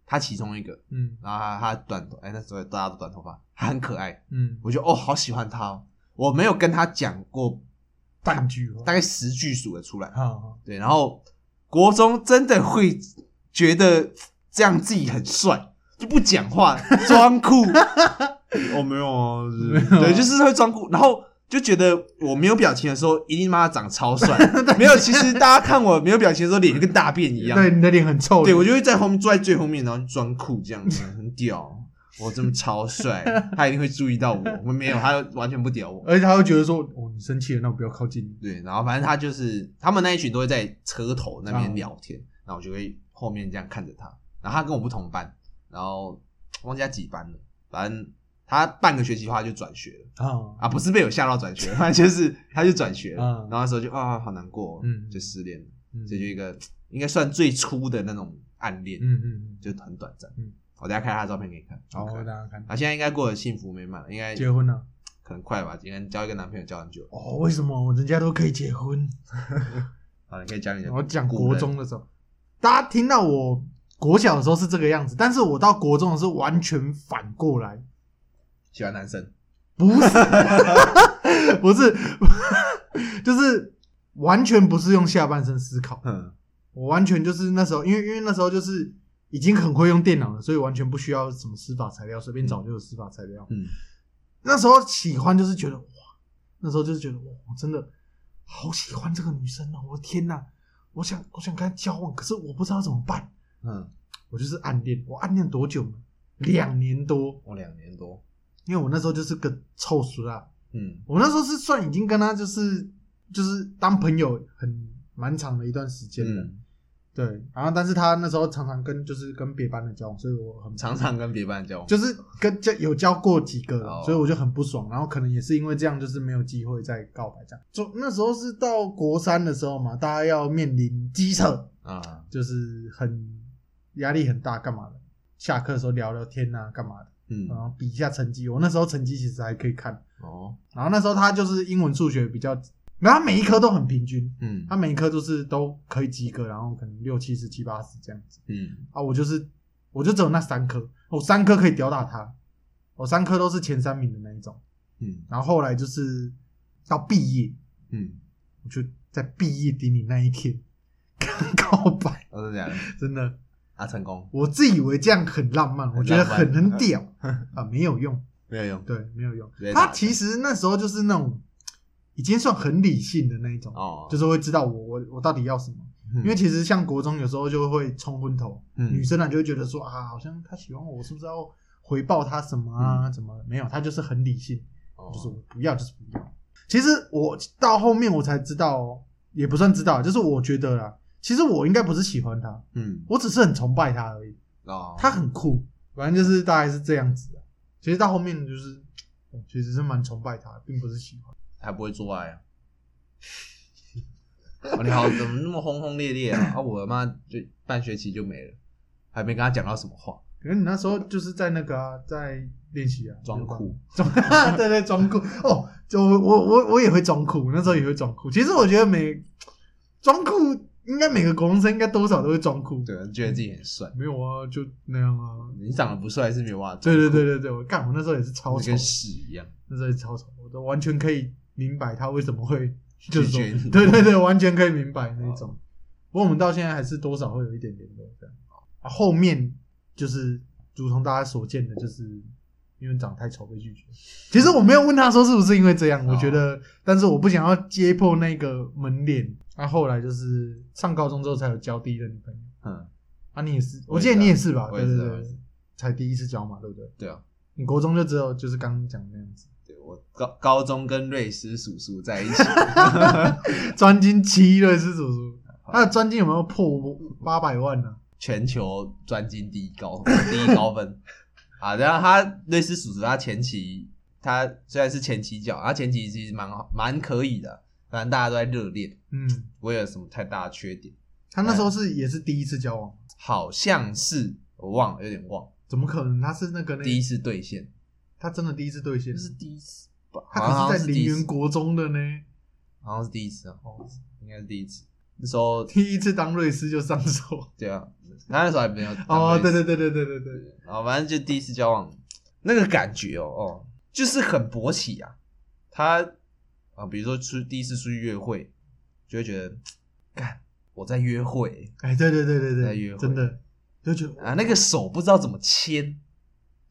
Speaker 1: 她其中一个，
Speaker 2: 嗯
Speaker 1: 然后她她短头，哎、那时候大家都短头发，她很可爱，
Speaker 2: 嗯，
Speaker 1: 我就哦好喜欢她哦，我没有跟她讲过
Speaker 2: 半句话
Speaker 1: 大，概十句数得出来。
Speaker 2: 好好
Speaker 1: 对，然后国中真的会觉得这样自己很帅，就不讲话，装酷。我、没有啊，就是
Speaker 2: 没有啊
Speaker 1: 对，就是会装酷，然后就觉得我没有表情的时候，一定妈长超 帅。没有，其实大家看我没有表情的时候，脸就跟大便一样。
Speaker 2: 对，你的脸很臭，
Speaker 1: 对，我就会在后面坐在最后面，然后装酷这样子，很屌。我这么超帅，他一定会注意到我。我没有，他完全不屌我。
Speaker 2: 而且他会觉得说，哦，你生气了，那我不要靠近你，
Speaker 1: 对，然后反正他就是他们那一群都会在车头那
Speaker 2: 嗯
Speaker 1: 边聊天，然后我就会后面这样看着他。然后他跟我不同班，然后忘记他几班了，反正他半个学期后他就转学了
Speaker 2: 啊
Speaker 1: 啊，不是被我吓到转学，反正就是他就转学了。
Speaker 2: 嗯
Speaker 1: 然后那时候就啊，好难过、哦，
Speaker 2: 嗯
Speaker 1: 就失恋了，
Speaker 2: 嗯
Speaker 1: 这就一个应该算最初的那种暗恋，
Speaker 2: 嗯嗯嗯，
Speaker 1: 就很短暂。
Speaker 2: 嗯
Speaker 1: 我等一下看他的照片给你看。
Speaker 2: 好，
Speaker 1: 好
Speaker 2: 我
Speaker 1: 看
Speaker 2: 大家看
Speaker 1: 他现在应该过得幸福美满了，应该
Speaker 2: 结婚了，
Speaker 1: 可能快吧，应该交一个男朋友交很久。
Speaker 2: 哦，为什么人家都可以结婚？
Speaker 1: 好，你可以讲你的。
Speaker 2: 我讲国中的时候，大家听到我国小的时候是这个样子，但是我到国中的时候完全反过来，
Speaker 1: 喜欢男 生，
Speaker 2: 不是， 不是， 就是完全不是用下半身思考，
Speaker 1: 嗯。
Speaker 2: 我完全就是那时候，因为因为那时候就是已经很会用电脑了，所以完全不需要什么司法材料，随便找就有司法材料。
Speaker 1: 嗯
Speaker 2: 那时候喜欢就是觉得哇，那时候就是觉得哇，我真的好喜欢这个女生哦，我的天哪，我想我想跟她交往，可是我不知道怎么办，
Speaker 1: 嗯，
Speaker 2: 我就是暗恋，我暗恋多久呢？哦两年多，
Speaker 1: 我两年多，
Speaker 2: 因为我那时候就是个臭啊俗啦、
Speaker 1: 嗯
Speaker 2: 我那时候是算已经跟他就是就是当朋友很蛮长的一段时间了，
Speaker 1: 嗯，
Speaker 2: 对。然后，但是他那时候常常跟就是跟别班的交往，所以我很
Speaker 1: 常常跟别班交往，
Speaker 2: 就是跟就有交过几个人，
Speaker 1: 哦
Speaker 2: 所以我就很不爽。然后可能也是因为这样，就是没有机会再告白这样。就那时候是到国三的时候嘛，大家要面临机测，
Speaker 1: 啊，
Speaker 2: 就是很压力很大，干嘛的？下课的时候聊聊天啊，干嘛的？
Speaker 1: 嗯
Speaker 2: 然后比一下成绩。我那时候成绩其实还可以看。
Speaker 1: 哦，
Speaker 2: 然后那时候他就是英文、数学比较，然后他每一科都很平均，
Speaker 1: 嗯
Speaker 2: 他每一科就是都可以及格，然后可能六七十、七八十这样子
Speaker 1: 嗯
Speaker 2: 啊。我就是我就只有那三科，我三科可以吊打他，我三科都是前三名的那一种。
Speaker 1: 嗯
Speaker 2: 然后后来就是到毕业，
Speaker 1: 嗯，
Speaker 2: 我就在毕业典礼那一天 跟告白，
Speaker 1: 我是这样，
Speaker 2: 真的，
Speaker 1: 啊，成功
Speaker 2: 我自以为这样很浪漫，我觉得
Speaker 1: 很
Speaker 2: 很
Speaker 1: 浪漫
Speaker 2: 很屌啊，没有用。
Speaker 1: 没有用，
Speaker 2: 对，没有用
Speaker 1: 直接。打
Speaker 2: 他
Speaker 1: 的
Speaker 2: 其实那时候就是那种已经算很理性的那一种，
Speaker 1: 哦，
Speaker 2: 就是是会知道我我我到底要什么。
Speaker 1: 嗯
Speaker 2: 因为其实像国中有时候就会冲昏头，
Speaker 1: 嗯
Speaker 2: 女生啊就会觉得说啊，好像她喜欢我，我是不是要回报她什么啊？怎么没有？她就是很理性，就是
Speaker 1: 哦
Speaker 2: 我不要就是不要。其实我到后面我才知道哦，也不算知道，就是我觉得啦，其实我应该不是喜欢她，
Speaker 1: 嗯
Speaker 2: 我只是很崇拜她而已。
Speaker 1: 哦，
Speaker 2: 她很酷，反正就是大概是这样子的。其实到后面就是，我其实是蛮崇拜她，并不是喜欢。
Speaker 1: 还不会做爱啊。哦、你好，怎么那么轰轰烈烈啊？啊，我他妈就半学期就没了，还没跟他讲到什么话，
Speaker 2: 可能你那时候就是在那个、啊、在练习啊，
Speaker 1: 装酷。
Speaker 2: 装，对对，装酷哦，就我我我我也会装酷，那时候也会装酷。其实我觉得每装酷，应该每个国中生应该多少都会装酷。
Speaker 1: 对，觉得自己很帅。
Speaker 2: 没有啊，就那样啊。
Speaker 1: 你长得不帅是没有办法，
Speaker 2: 对对，对对对，我干，我那时候也是超
Speaker 1: 你
Speaker 2: 丑
Speaker 1: 跟，屎一样。
Speaker 2: 那时候也是超丑，我都完全可以明白他为什么会，就是
Speaker 1: 拒绝
Speaker 2: 说，
Speaker 1: 你
Speaker 2: 对对对，完全可以明白那种。
Speaker 1: 哦
Speaker 2: 不过我们到现在还是多少会有一点联络这样。啊后面就是如同大家所见的，就是因为长得太丑被拒绝。其实我没有问他说是不是因为这样，
Speaker 1: 哦
Speaker 2: 我觉得，但是我不想要揭破那个门脸。那、后来就是上高中之后才有交第一任女朋友。
Speaker 1: 嗯，
Speaker 2: 啊，你也是，
Speaker 1: 我
Speaker 2: 我
Speaker 1: 也是
Speaker 2: 记
Speaker 1: 啊
Speaker 2: 得你也是吧？
Speaker 1: 我
Speaker 2: 对
Speaker 1: 也是
Speaker 2: 对
Speaker 1: 啊
Speaker 2: 对
Speaker 1: 我也是，
Speaker 2: 才第一次交嘛，对不对？
Speaker 1: 对啊，
Speaker 2: 你国中就只有就是刚刚讲的那样子，
Speaker 1: 对我高高中跟瑞斯叔叔在一起，
Speaker 2: 专精七瑞士叔叔，他的专精有没有破八百万啊呢、
Speaker 1: 全球专精第一高第一高分。啊，然后他瑞斯叔叔他前期他虽然是前期角，他前期其实蛮好蛮可以的，反正大家都在热恋，
Speaker 2: 嗯，
Speaker 1: 不会有什么太大的缺点。
Speaker 2: 他那时候是也是第一次交往，
Speaker 1: 好像是我忘了，有点忘，
Speaker 2: 怎么可能？他是那个那
Speaker 1: 第一次兑现，
Speaker 2: 他真的第一次兑现
Speaker 1: 就，是第一次吧，
Speaker 2: 他
Speaker 1: 好像
Speaker 2: 可是在
Speaker 1: 是第
Speaker 2: 林
Speaker 1: 一
Speaker 2: 园
Speaker 1: 次，
Speaker 2: 国中的呢，
Speaker 1: 好像是第一次啊，
Speaker 2: 哦，
Speaker 1: 应该是第一次。那时候
Speaker 2: 第一次当瑞士就上手，
Speaker 1: 对啊，他那时候还没有
Speaker 2: 哦，对
Speaker 1: 对。
Speaker 2: 对对对对对对，
Speaker 1: 然后哦反正就第一次交往，那个感觉哦哦，就是很勃起啊。他啊，比如说出第一次出去约会，就会觉得，干我在约会
Speaker 2: 哎，对对对对
Speaker 1: 在约
Speaker 2: 对，
Speaker 1: 会
Speaker 2: 真的就觉得
Speaker 1: 啊，那个手不知道怎么牵，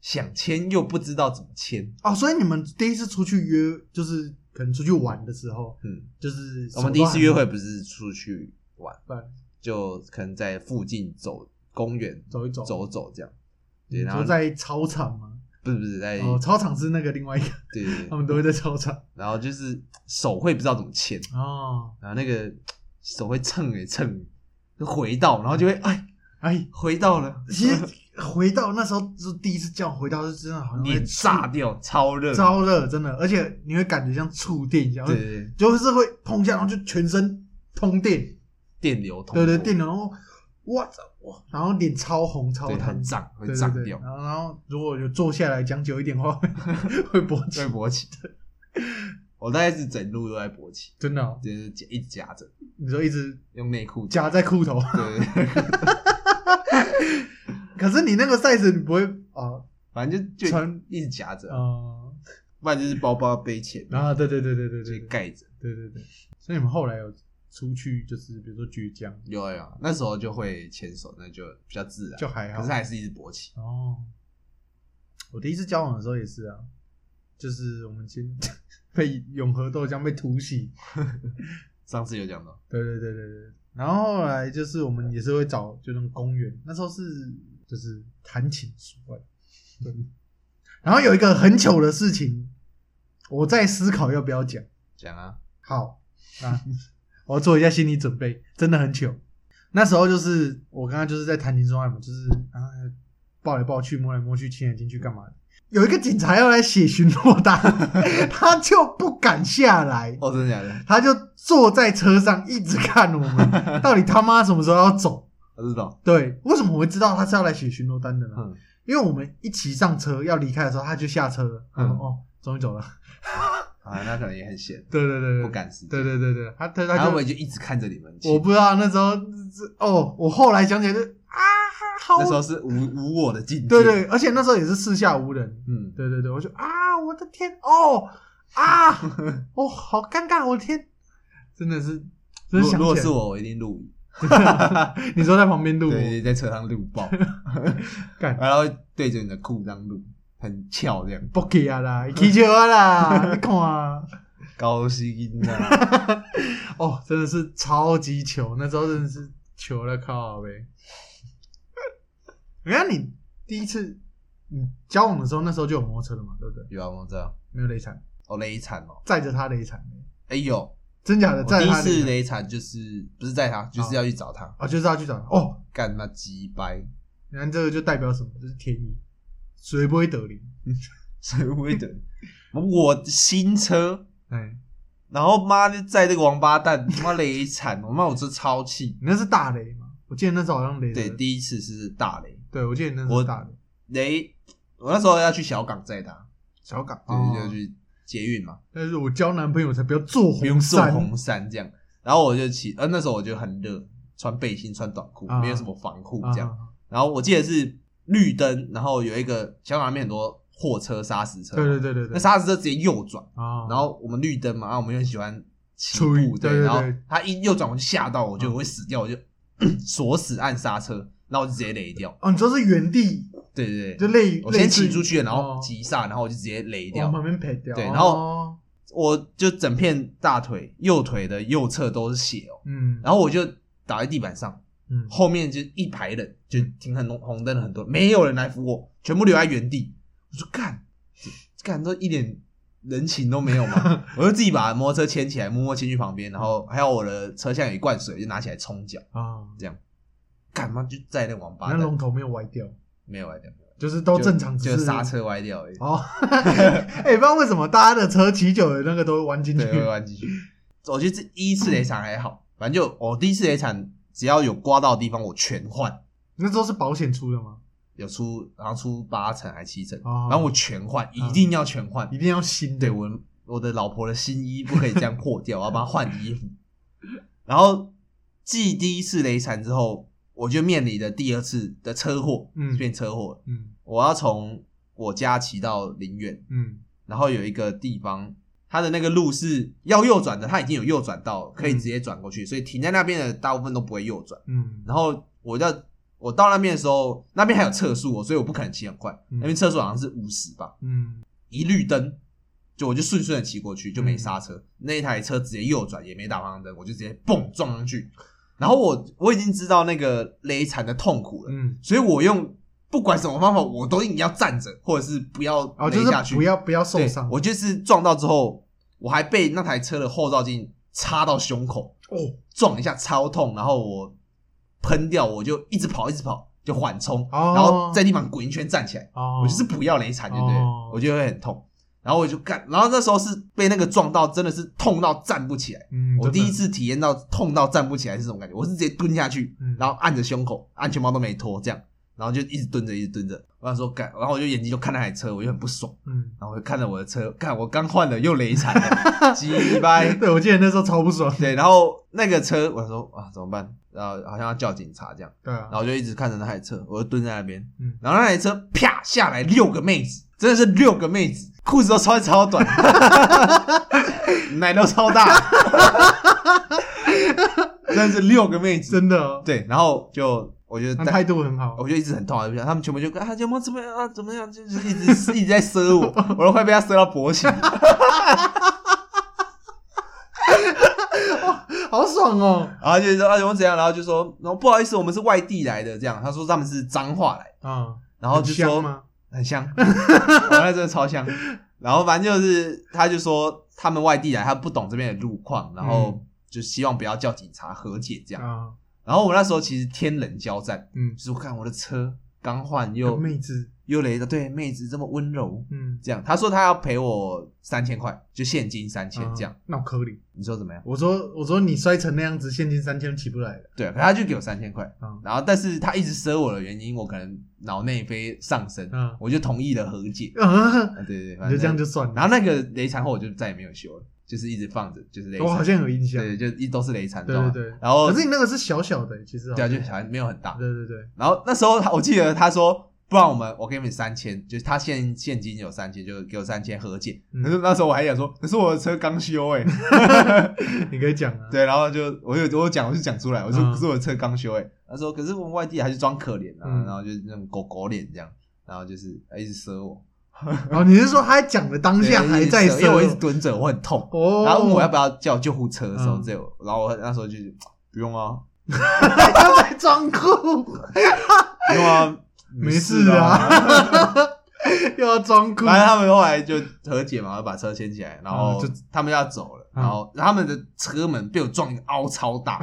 Speaker 1: 想牵又不知道怎么牵。
Speaker 2: 哦，所以你们第一次出去约就是可能出去玩的时候，
Speaker 1: 嗯，
Speaker 2: 就是
Speaker 1: 我们第一次约
Speaker 2: 手
Speaker 1: 会不是出去玩，
Speaker 2: 都还没
Speaker 1: 就可能在附近走公园
Speaker 2: 走一走
Speaker 1: 走走这样。对，
Speaker 2: 你
Speaker 1: 然后
Speaker 2: 说嗯在操场吗？
Speaker 1: 不是不是在、
Speaker 2: 哦，操场是那个另外一个，
Speaker 1: 对对
Speaker 2: 他
Speaker 1: 对，
Speaker 2: 们都会在操场。
Speaker 1: 然后就是手会不知道怎么牵。
Speaker 2: 哦，
Speaker 1: 然后那个手会蹭诶蹭，就回到，然后就会哎
Speaker 2: 哎，
Speaker 1: 回到了，
Speaker 2: 其实回到那时候就第一次叫回到，是真的好像
Speaker 1: 脸炸掉，超热，
Speaker 2: 招热，真的，而且你会感觉像触电一样，
Speaker 1: 对对对，
Speaker 2: 就是会碰一下，然后就全身通电，
Speaker 1: 电流通
Speaker 2: 对
Speaker 1: 过，
Speaker 2: 对，电流，然后哇操哇，然后脸超红超
Speaker 1: 对
Speaker 2: 烫
Speaker 1: 很。胀，会
Speaker 2: 对对
Speaker 1: 胀
Speaker 2: 对，
Speaker 1: 掉，
Speaker 2: 然后然后如果有坐下来讲久一点的话，会会勃 起
Speaker 1: 会，勃起。我大概是整路都在勃起，
Speaker 2: 真的哦。
Speaker 1: 就是夹一直夹着，
Speaker 2: 你说一直
Speaker 1: 用内裤夹，
Speaker 2: 夹在裤头，
Speaker 1: 对，对对
Speaker 2: 可是你那个 size 你不会啊
Speaker 1: 反正就就
Speaker 2: 穿
Speaker 1: 一直夹着，
Speaker 2: 啊
Speaker 1: 不然就是包包背起来，
Speaker 2: 啊！对对对对对
Speaker 1: 就
Speaker 2: 对，对
Speaker 1: 盖着。
Speaker 2: 对对对，所以你们后来有出去，就是比如说举江，
Speaker 1: 有啊有啊，那时候就会牵手，那就比较自然，
Speaker 2: 就还好
Speaker 1: 可是还是一直勃起。
Speaker 2: 哦。我第一次交往的时候也是啊，就是我们先 被永和豆浆被突袭，
Speaker 1: 上次有讲到，
Speaker 2: 对对对对对。然后后来就是我们也是会找就那种公园，那时候是就是弹琴之外，对。然后有一个很糗的事情，我在思考要不要讲。
Speaker 1: 讲啊，
Speaker 2: 好啊，我要做一下心理准备，真的很糗。那时候就是我刚刚就是在谈情说爱嘛，就是啊抱来抱去，摸来摸去，亲来亲去，干嘛的？有一个警察要来写巡 逻单，他就不敢下来，
Speaker 1: 哦，真的假的？
Speaker 2: 他就坐在车上一直看我们，到底他妈什么时候要走？
Speaker 1: 我知道，
Speaker 2: 对，为什么我会知道他是要来写巡逻单的呢？
Speaker 1: 嗯，
Speaker 2: 因为我们一骑上车要离开的时候，他就下车了。
Speaker 1: 嗯
Speaker 2: 嗯，哦，终于走了。
Speaker 1: 啊，那可能也很闲，
Speaker 2: 对对对对，
Speaker 1: 不。敢时间。
Speaker 2: 对对对对，他他他
Speaker 1: 然
Speaker 2: 就
Speaker 1: 后我也就一直看着你们骑。
Speaker 2: 我不知道那时候是哦，我后来想起来就啊，好
Speaker 1: 那时候是无无我的境界。
Speaker 2: 对对，，而且那时候也是四下无人，
Speaker 1: 嗯，
Speaker 2: 对对对，我就啊，我的天哦 啊，哦好尴尬，我的天，真的是，
Speaker 1: 如
Speaker 2: 真的
Speaker 1: 果
Speaker 2: 想
Speaker 1: 如果
Speaker 2: 起
Speaker 1: 是
Speaker 2: 来，
Speaker 1: 我，我一定录影，
Speaker 2: 你说在旁边录我，
Speaker 1: 对，在车上录爆，
Speaker 2: 干
Speaker 1: 然后对着你的裤裆录，很翘这样。
Speaker 2: 不给啊啦，踢球啊啦，你看啊，
Speaker 1: 高薪 啊！
Speaker 2: 哦，真的是超级糗，那时候真的是糗了靠 呗。人家你第一次你交往的时候，那时候就有摩托车了嘛，对不对？
Speaker 1: 有啊，我这样，
Speaker 2: 没有雷惨，
Speaker 1: 哦，雷惨哦，
Speaker 2: 载着他雷惨，
Speaker 1: 哎呦，
Speaker 2: 真假
Speaker 1: 我
Speaker 2: 的载
Speaker 1: 第
Speaker 2: 着
Speaker 1: 一
Speaker 2: 呃他
Speaker 1: 次
Speaker 2: 惨
Speaker 1: 雷惨就是不是在他，就是要去找他，
Speaker 2: 哦，就是要去找他哦。
Speaker 1: 干他妈鸡掰，
Speaker 2: 你看这个就代表什么？就是天意，谁不会得理？
Speaker 1: 谁会等？我新车，
Speaker 2: 哎，
Speaker 1: 然后妈就载这个王八蛋，他妈雷惨，我妈我这超气。
Speaker 2: 你那是大雷嘛？我记得那时候好像雷
Speaker 1: 对，
Speaker 2: 的
Speaker 1: 第一次是大雷，
Speaker 2: 对，我记得那时
Speaker 1: 我
Speaker 2: 候大雷
Speaker 1: 雷，我那时候要去小港载他，
Speaker 2: 小港，
Speaker 1: 对，就
Speaker 2: 哦
Speaker 1: 去捷运嘛，
Speaker 2: 但是我交男朋友才不要做
Speaker 1: 不用
Speaker 2: 红
Speaker 1: 送
Speaker 2: 山，
Speaker 1: 红山这样。然后我就骑，呃，那时候我就很热，穿背心穿短裤，
Speaker 2: 啊
Speaker 1: 没有什么防护
Speaker 2: 啊
Speaker 1: 这样。然后我记得是绿灯，然后有一个小港那边很多货车、砂石车，
Speaker 2: 对对对对
Speaker 1: 那
Speaker 2: 对，
Speaker 1: 砂石车直接右转，
Speaker 2: 啊
Speaker 1: 然后我们绿灯嘛，然啊后我们又很喜欢起
Speaker 2: 出
Speaker 1: 步，
Speaker 2: 于对对
Speaker 1: 然后
Speaker 2: 对
Speaker 1: 他一右转我就吓到，我就
Speaker 2: 嗯
Speaker 1: 会死掉，我就 锁死按刹车，然后我就直接雷掉，
Speaker 2: 哦，你说是原地
Speaker 1: 对对
Speaker 2: 就
Speaker 1: 对，
Speaker 2: 类，
Speaker 1: 我先
Speaker 2: 类似于
Speaker 1: 骑出去，然后
Speaker 2: 哦
Speaker 1: 急刹，然后我就直接雷掉
Speaker 2: 往，旁边撇掉，
Speaker 1: 对然后
Speaker 2: 哦
Speaker 1: 我就整片大腿右腿的右侧都是血哦，
Speaker 2: 嗯，
Speaker 1: 然后我就倒在地板上，
Speaker 2: 嗯
Speaker 1: 后面就一排人，就停很多红灯的很多，没有人来扶我，全部留在原地。我说干，干都一点人情都没有嘛， 我就自己把摩托车牵起来，默默牵去旁边，然后还有我的车厢有一罐水，就拿起来冲脚，
Speaker 2: 啊，
Speaker 1: 干嘛就在那王八
Speaker 2: 那
Speaker 1: 蛋，
Speaker 2: 龙头没有歪掉，
Speaker 1: 没有歪掉，
Speaker 2: 就是都
Speaker 1: 就
Speaker 2: 正常，只
Speaker 1: 就是刹车歪掉而已，
Speaker 2: 哦， 哎，不知道为什么大家的车骑久了那个都会弯进去
Speaker 1: 对，，会弯进去。我觉得这一次雷惨还好，反正就哦我第一次雷惨，只要有刮到的地方我全换，
Speaker 2: 那时候是保险出的吗？
Speaker 1: 有出然后出八成还七成，
Speaker 2: 哦
Speaker 1: 然后我全换，一定要全换，
Speaker 2: 一定要新的
Speaker 1: 对我我的老婆的新衣不可以这样破掉，我要帮她换衣服。然后继第一次雷惨之后，我就面临的第二次的车祸，
Speaker 2: 嗯
Speaker 1: 变车祸了。
Speaker 2: 嗯
Speaker 1: 我要从我家骑到林园，
Speaker 2: 嗯
Speaker 1: 然后有一个地方，它的那个路是要右转的，它已经有右转道，可以
Speaker 2: 嗯
Speaker 1: 直接转过去，所以停在那边的大部分都不会右转。
Speaker 2: 嗯，
Speaker 1: 然后我要我到那边的时候，那边还有测速哦，所以我不可能骑很快，
Speaker 2: 嗯
Speaker 1: 那边测速好像是五十吧，
Speaker 2: 嗯
Speaker 1: 一绿灯，就我就顺顺的骑过去，就没刹车。
Speaker 2: 嗯
Speaker 1: 那一台车直接右转，也没打方向灯，我就直接蹦撞上去。然后我我已经知道那个勒惨的痛苦了，
Speaker 2: 嗯，
Speaker 1: 所以我用不管什么方法，我都硬要站着，或者是不要
Speaker 2: 哦，就
Speaker 1: 勒下
Speaker 2: 是
Speaker 1: 去，
Speaker 2: 不要不要受
Speaker 1: 对
Speaker 2: 伤，
Speaker 1: 我就是撞到之后，我还被那台车的后照镜插到胸口，
Speaker 2: 哦
Speaker 1: 撞一下超痛，然后我喷掉，我就一直跑，一直跑，就缓冲，
Speaker 2: 哦
Speaker 1: 然后在地板滚一圈站起来。
Speaker 2: 哦，
Speaker 1: 我就是不要雷惨，对不对
Speaker 2: 哦？
Speaker 1: 我就会很痛。然后我就干，然后那时候是被那个撞到，真的是痛到站不起来。
Speaker 2: 嗯，
Speaker 1: 我第一
Speaker 2: 真的
Speaker 1: 次体验到痛到站不起来是这种感觉，我是直接蹲下去
Speaker 2: 嗯，
Speaker 1: 然后按着胸口，安全帽都没脱，这样，然后就一直蹲着，一直蹲着。我想说干，然后我就眼睛就看那台车，我就很不爽，
Speaker 2: 嗯，
Speaker 1: 然后我就看着我的车，干，我刚换了又雷惨了，鸡掰。
Speaker 2: 对我记得那时候超不爽，
Speaker 1: 对，然后那个车，我想说啊怎么办？然后好像要叫警察这样，
Speaker 2: 对
Speaker 1: 然
Speaker 2: 啊，
Speaker 1: 后我就一直看着那台车，我就蹲在那边，
Speaker 2: 嗯，
Speaker 1: 然后那台车啪下来六个妹子，真的是六个妹子，裤子都穿超 短，奶都超大，真的是六个妹子。
Speaker 2: 真的哦，
Speaker 1: 对，然后就我就
Speaker 2: 那
Speaker 1: 带，
Speaker 2: 态度很好，
Speaker 1: 我就一直很痛啊，就想他们全部就啊怎么怎么样啊怎么样，就是一直一直在塞 我，我都快被他塞到脖颈。
Speaker 2: 好爽哦，
Speaker 1: 然后就说啊怎么怎样，然后就说，然后不好意思，我们是外地来的，这样他说他们是彰化来，
Speaker 2: 啊，
Speaker 1: 然后就
Speaker 2: 很香
Speaker 1: 说
Speaker 2: 吗？
Speaker 1: 很 香，我那真的超香。然后反正就是，他就说他们外地来，他不懂这边的路况，然后就希望不要叫警察和解这样。
Speaker 2: 嗯啊，
Speaker 1: 然后我那时候其实天人交战，
Speaker 2: 嗯
Speaker 1: 就，是我看我的车刚换
Speaker 2: 有
Speaker 1: 又
Speaker 2: 妹子，
Speaker 1: 又雷的，对妹子这么温柔，
Speaker 2: 嗯，
Speaker 1: 这样他说他要赔我三千块，就现金三千
Speaker 2: 啊
Speaker 1: 这样。
Speaker 2: 那我可以，
Speaker 1: 你说怎么样？
Speaker 2: 我说我说你摔成那样子，现金三千起不来的，
Speaker 1: 对，可他就给我三千块
Speaker 2: 嗯，
Speaker 1: 然后但是他一直赊我的原因，我可能脑内啡上升，
Speaker 2: 嗯
Speaker 1: 我就同意了和解。
Speaker 2: 啊，
Speaker 1: 啊对对，对反
Speaker 2: 你就
Speaker 1: 正
Speaker 2: 这样就算了，
Speaker 1: 然后那个雷残后我就再也没有修了，就是一直放着，就是雷
Speaker 2: 我好
Speaker 1: 残，
Speaker 2: 像有印象，
Speaker 1: 对，就一都是雷残，
Speaker 2: 对
Speaker 1: 知道
Speaker 2: 对
Speaker 1: 吗
Speaker 2: 对，
Speaker 1: 然后
Speaker 2: 可是你那个是小小的，其实好
Speaker 1: 对啊，
Speaker 2: 像，
Speaker 1: 就好像没有很大。
Speaker 2: 对 对对，
Speaker 1: 然后那时候他我记得他说，不然我们我给你们三千，就是他现现金有三千，就给我三千和解。
Speaker 2: 嗯
Speaker 1: 可是那时候我还想说，可是我的车刚修 哎、
Speaker 2: 你可以讲啊，
Speaker 1: 对，然后就我有我有讲，我就讲出来，我说、
Speaker 2: 嗯
Speaker 1: 可是我的车刚修哎、他说可是我们外地还是装可怜啊，
Speaker 2: 嗯
Speaker 1: 哎然后就是那种狗狗脸这样，然后就是一直赊我。
Speaker 2: 哦，你是说他在讲的当下
Speaker 1: 对
Speaker 2: 还在
Speaker 1: 一直因为我一直
Speaker 2: 射？
Speaker 1: 蹲着，我很痛。
Speaker 2: 哦，
Speaker 1: 然后问我 要不要叫救护车的时候，
Speaker 2: 嗯
Speaker 1: 只有然后我那时候就是不用啊，
Speaker 2: 他在装 酷，
Speaker 1: 不用 啊，
Speaker 2: 没
Speaker 1: 事
Speaker 2: 事啊。 又要装酷，
Speaker 1: 反正他们后来就和解嘛，把车牵起来，然后
Speaker 2: 嗯就
Speaker 1: 他们就要走了，
Speaker 2: 嗯
Speaker 1: 然后他们的车门被我撞一个凹超 大，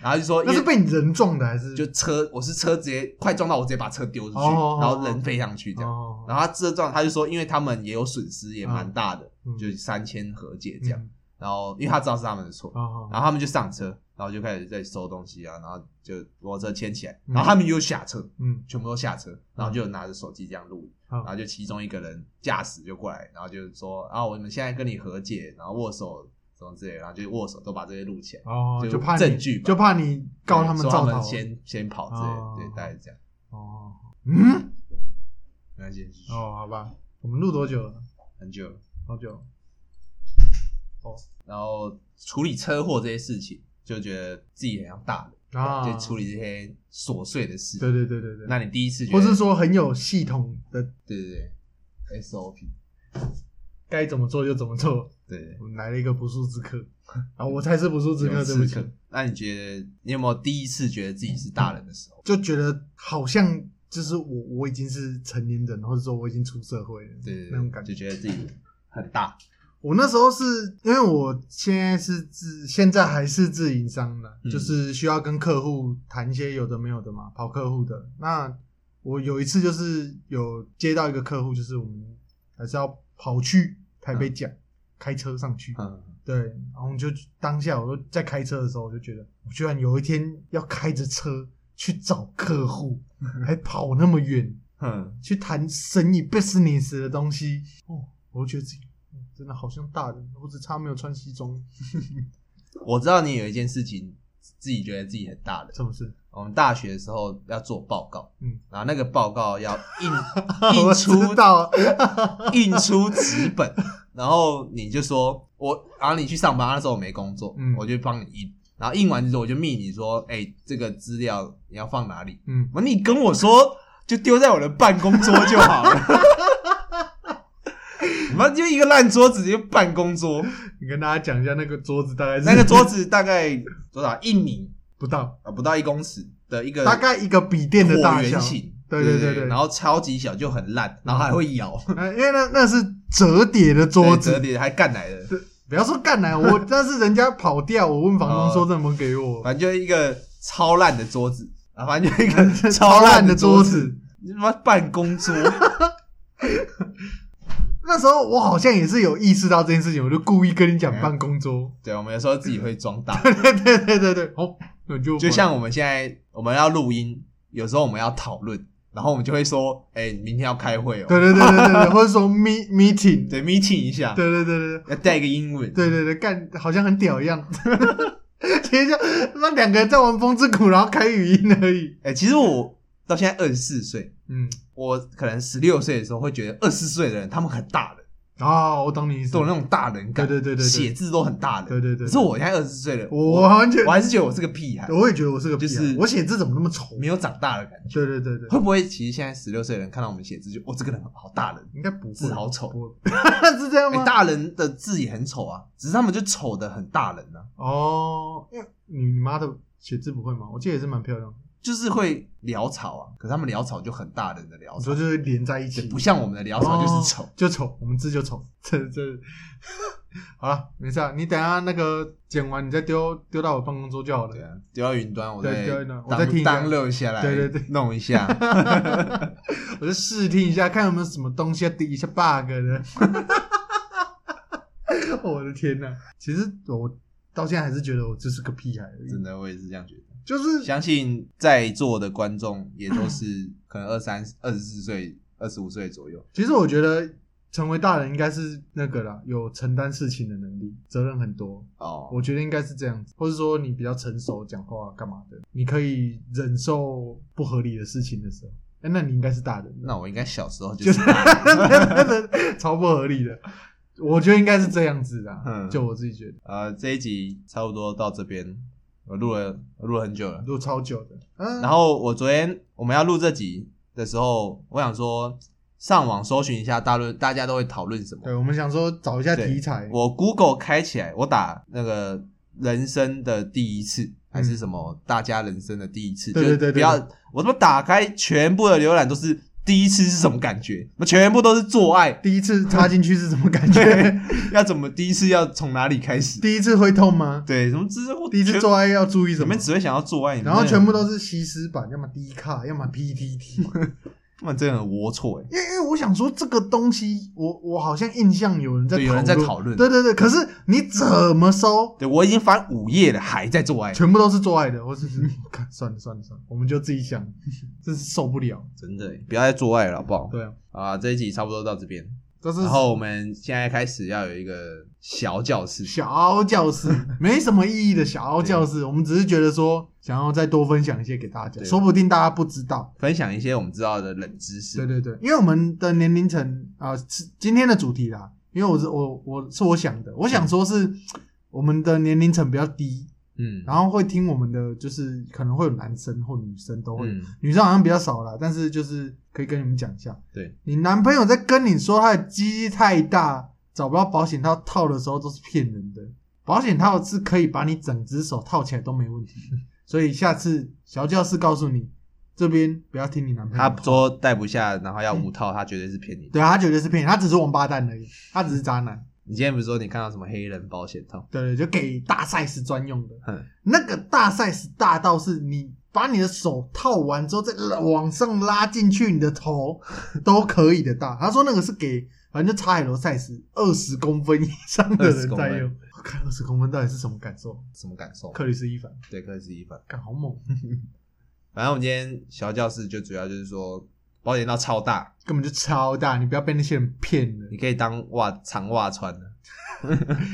Speaker 1: 然后就说因
Speaker 2: 那
Speaker 1: 为
Speaker 2: 是被你人撞的还是
Speaker 1: 就车我是车直接快撞到我直接把车丢出去，
Speaker 2: 哦
Speaker 1: 然后人飞上去这样，
Speaker 2: 哦，
Speaker 1: 然后他这撞他就说因为他们也有损失也蛮大的，
Speaker 2: 嗯
Speaker 1: 就三千和解这样，
Speaker 2: 嗯
Speaker 1: 然后因为他知道是他们的错，
Speaker 2: 哦，
Speaker 1: 然后他们就上车，然后就开始在收东西啊，然后就摩托车牵起来，
Speaker 2: 嗯
Speaker 1: 然后他们又下车，
Speaker 2: 嗯，
Speaker 1: 全部都下车，然后就拿着手机这样录影，
Speaker 2: 好
Speaker 1: 然后就其中一个人驾驶就过来，然后就说啊，我们现在跟你和解，然后握手什么之类的，然后就握手都把这些录起来，
Speaker 2: 哦，
Speaker 1: 就
Speaker 2: 就怕你
Speaker 1: 证据吧
Speaker 2: 就怕你告他们
Speaker 1: 对说
Speaker 2: 造
Speaker 1: 他
Speaker 2: 逃
Speaker 1: 们，先先跑之类
Speaker 2: 哦
Speaker 1: 的，对，大概是这样。
Speaker 2: 哦，嗯，
Speaker 1: 没关系，继续
Speaker 2: 哦，好吧，我们录多久了？
Speaker 1: 很久了。
Speaker 2: 好久了，
Speaker 1: 然后处理车祸这些事情，就觉得自己很像大人，
Speaker 2: 啊，
Speaker 1: 就处理这些琐碎的事。
Speaker 2: 对对对对对，
Speaker 1: 那你第一次觉得，
Speaker 2: 或是说很有系统的，
Speaker 1: 对对对，SOP，
Speaker 2: 该怎么做就怎么做。
Speaker 1: 对对。
Speaker 2: 我们来了一个不速之客，啊，我才是不速之客，
Speaker 1: 有
Speaker 2: 对不
Speaker 1: 刺
Speaker 2: 起
Speaker 1: 客，。那你觉得你有没有第一次觉得自己是大人的时候？
Speaker 2: 就觉得好像就是我我已经是成年人，或者说我已经出社会了，
Speaker 1: 对对对，
Speaker 2: 那种感觉
Speaker 1: 就。觉得自己很大。
Speaker 2: 我那时候是因为我现在是自现在还是自营商呢，
Speaker 1: 嗯
Speaker 2: 就是需要跟客户谈一些有的没有的嘛，跑客户的。那我有一次就是有接到一个客户，就是我们还是要跑去台北讲，开车上去，
Speaker 1: 嗯，
Speaker 2: 对，然后就当下我就在开车的时候，我就觉得我居然有一天要开着车去找客户，还跑那么远
Speaker 1: 哼，
Speaker 2: 去谈生意 business 的东西，哦，我就觉得自己嗯真的好像大人，我只差没有穿西装，
Speaker 1: 我知道你有一件事情，自己觉得自己很大人。
Speaker 2: 是不是？
Speaker 1: 我们大学的时候要做报告，
Speaker 2: 嗯，
Speaker 1: 然后那个报告要印
Speaker 2: 我
Speaker 1: 印
Speaker 2: 知
Speaker 1: 出
Speaker 2: 道，
Speaker 1: 印出纸本，然后你就说我，然后你去上班，那时候我没工作，
Speaker 2: 嗯
Speaker 1: 我就帮你印。然后印完之后，我就密你说，哎、这个资料你要放哪里？
Speaker 2: 嗯，
Speaker 1: 我你跟我说，就丢在我的办公桌就好了。 你妈就一个烂桌子，一个办公桌，
Speaker 2: 你跟大家讲一下那个桌子大概是
Speaker 1: 那个桌子大概多少一米
Speaker 2: 不到，
Speaker 1: 啊，不到一公尺的一个
Speaker 2: 大概一个笔电的
Speaker 1: 椭
Speaker 2: 大小
Speaker 1: 圆，形，
Speaker 2: 对对对对
Speaker 1: 然后超级小就很烂，然后还会 咬，
Speaker 2: 呃因为那那是折叠的桌
Speaker 1: 对
Speaker 2: 子
Speaker 1: 折，叠还干来的，
Speaker 2: 不要说干来，我但是人家跑掉，我问房东
Speaker 1: 哦
Speaker 2: 说怎么给我，
Speaker 1: 反正就一个超烂的桌子啊，反正就一个
Speaker 2: 超
Speaker 1: 烂
Speaker 2: 烂的
Speaker 1: 桌
Speaker 2: 桌子，。
Speaker 1: 你他妈办公 桌，
Speaker 2: 那时候我好像也是有意识到这件事情，我就故意跟你讲
Speaker 1: 嗯
Speaker 2: 办公桌。
Speaker 1: 对我们有时候自己会装大，
Speaker 2: 对对对对对，哦，那就
Speaker 1: 就像我们现在我们要录音，有时候我们要讨论，然后我们就会说，哎、你明天要开会哦，
Speaker 2: 对对对对对对，或者说 me meeting，
Speaker 1: 对
Speaker 2: 对
Speaker 1: ，meeting 一下，
Speaker 2: 对对对
Speaker 1: 要带一个英文，
Speaker 2: 对对对，干好像很屌一样。其实就那两个人在玩风之谷，然后开语音而已。
Speaker 1: 哎、其实我到现在二十四岁，
Speaker 2: 嗯，
Speaker 1: 我可能十六岁的时候会觉得二十四岁的人他们很大人，
Speaker 2: 哦，我懂你意思。
Speaker 1: 都有那种大人感，
Speaker 2: 对对对对对
Speaker 1: 写字都很大人，
Speaker 2: 对对对
Speaker 1: 可是我现在二十四岁了，
Speaker 2: 我完全
Speaker 1: 我，还是觉得我是个屁孩，
Speaker 2: 我也觉得我是个屁孩
Speaker 1: 就是
Speaker 2: 我写字怎么那么丑？
Speaker 1: 没有长大的感觉。
Speaker 2: 对对对对，
Speaker 1: 会不会其实现在十六岁的人看到我们写字就，哇，这个人好大人，
Speaker 2: 应该不会
Speaker 1: 字好丑
Speaker 2: 不会是这样
Speaker 1: 哎、
Speaker 2: 吗？
Speaker 1: 大人的字也很丑啊，只是他们就丑的很大人啊。
Speaker 2: 哦，因为你你妈的写字不会吗？我记得也是蛮漂亮的。
Speaker 1: 就是会潦草啊，可是他们潦草就很大人的潦
Speaker 2: 我
Speaker 1: 草
Speaker 2: 说，就是连在一
Speaker 1: 对
Speaker 2: 起，
Speaker 1: 不像我们的潦草就是丑
Speaker 2: 哦。就丑，我们字就丑， 这这好了，没事啊。你等一下那个剪完，你再丢丢到我办公桌就好了
Speaker 1: 对。啊，丢到云端，我再
Speaker 2: 对丢到云端我
Speaker 1: 当
Speaker 2: 再听一下
Speaker 1: 当热下来，
Speaker 2: 对对对
Speaker 1: 弄一 下。
Speaker 2: 我就试听一下，看有没有什么东西要抵一下 bug 的。 我的天哪！其实我到现在还是觉得我就是个屁孩而已，
Speaker 1: 真的，我也是这样觉得。
Speaker 2: 就是
Speaker 1: 相信在座的观众也都 是可能二三、二十四岁、二十五岁左右。
Speaker 2: 其实我觉得成为大人应该是那个啦，有承担事情的能力，责任很多。
Speaker 1: 哦，
Speaker 2: 我觉得应该是这样子，或是说你比较成熟，讲话干嘛的，你可以忍受不合理的事情的时候，哎、那你应该是大人，
Speaker 1: 那我应该小时候就
Speaker 2: 就是是 超不合理的。我觉得应该是这样子的啊、
Speaker 1: 嗯
Speaker 2: 就我自己觉得，
Speaker 1: 呃，这一集差不多到这边，我录了我录了很久了。
Speaker 2: 都超久的。嗯，
Speaker 1: 然后我昨天我们要录这集的时候，我想说上网搜寻一下大论，大家都会讨论什么。
Speaker 2: 对，我们想说找一下
Speaker 1: 对
Speaker 2: 题材，
Speaker 1: 我 Google 开起来，我打那个人生的第一次，还是什么大家人生的第一次，
Speaker 2: 嗯对对对
Speaker 1: 就
Speaker 2: 对
Speaker 1: 不要我他妈打开全部的浏览都是第一次是什么感觉，那全部都是做爱，
Speaker 2: 第一次插进去是什么感
Speaker 1: 对
Speaker 2: 觉？，
Speaker 1: 要怎么第一次要从哪里开始？
Speaker 2: 第一次会痛吗？
Speaker 1: 对，什么知我
Speaker 2: 第一次做爱要注意
Speaker 1: 全，
Speaker 2: 什
Speaker 1: 你
Speaker 2: 么
Speaker 1: 们？只会想要做爱，你们
Speaker 2: 然后
Speaker 1: 真的
Speaker 2: 全部都是西施版，要么 D 卡，要么 PTT。
Speaker 1: 他们真的很龌龊哎，
Speaker 2: 因为因为我想说这个东西，我我好像印象有人在
Speaker 1: 对有人在讨论
Speaker 2: 对对对。可是你怎么搜，
Speaker 1: 对我已经翻五页了，还在做爱，
Speaker 2: 全部都是做爱的，我只是 看算了算了算了，我们就自己想，真是受不了。
Speaker 1: 真的欸不要再做爱了，好不好？
Speaker 2: 对啊，
Speaker 1: 啊，这一集差不多到这边，
Speaker 2: 这是
Speaker 1: 然后我们现在开始要有一个小教室，
Speaker 2: 小教室，没什么意义的小教室。我们只是觉得说，想要再多分享一些给大家，
Speaker 1: 对
Speaker 2: 说不定大家不知道。
Speaker 1: 分享一些我们知道的冷知识。
Speaker 2: 对对对，因为我们的年龄层啊、呃是今天的主题啦，因为我是我我是我想的，我想说是我们的年龄层比较低，
Speaker 1: 嗯，
Speaker 2: 然后会听我们的，就是可能会有男生或女生都会，
Speaker 1: 嗯，
Speaker 2: 女生好像比较少啦，但是就是可以跟你们讲一下，
Speaker 1: 对
Speaker 2: 你男朋友在跟你说他的鸡太大，找不到保险套套的时候都是骗人的，保险套是可以把你整只手套起来都没问题的，所以下次小教室告诉你，这边不要听你男朋友的
Speaker 1: 他
Speaker 2: 话，
Speaker 1: 说戴不下，然后要五套，他绝对是骗 你。
Speaker 2: 对他绝对是骗人，他只是王八蛋而已，他只是渣男。
Speaker 1: 你今天不是说你看到什么黑人保险套？
Speaker 2: 对对，就给大赛是专用的，
Speaker 1: 哼，
Speaker 2: 那个大赛是大到是你把你的手套完之后再往上拉进去，你的头 都可以的大。他说那个是给反正就叉 L 赛事二十公分以上的人在
Speaker 1: 20公
Speaker 2: 用。我看二十公分到底是什么感受？
Speaker 1: 什么感受？
Speaker 2: 克里斯一凡，
Speaker 1: 对，克里斯一凡。
Speaker 2: 干好猛，
Speaker 1: 反正我们今天小教室就主要就是说，保险套超大，
Speaker 2: 根本就超大，你不要被那些人骗了。
Speaker 1: 你可以当袜长袜穿的，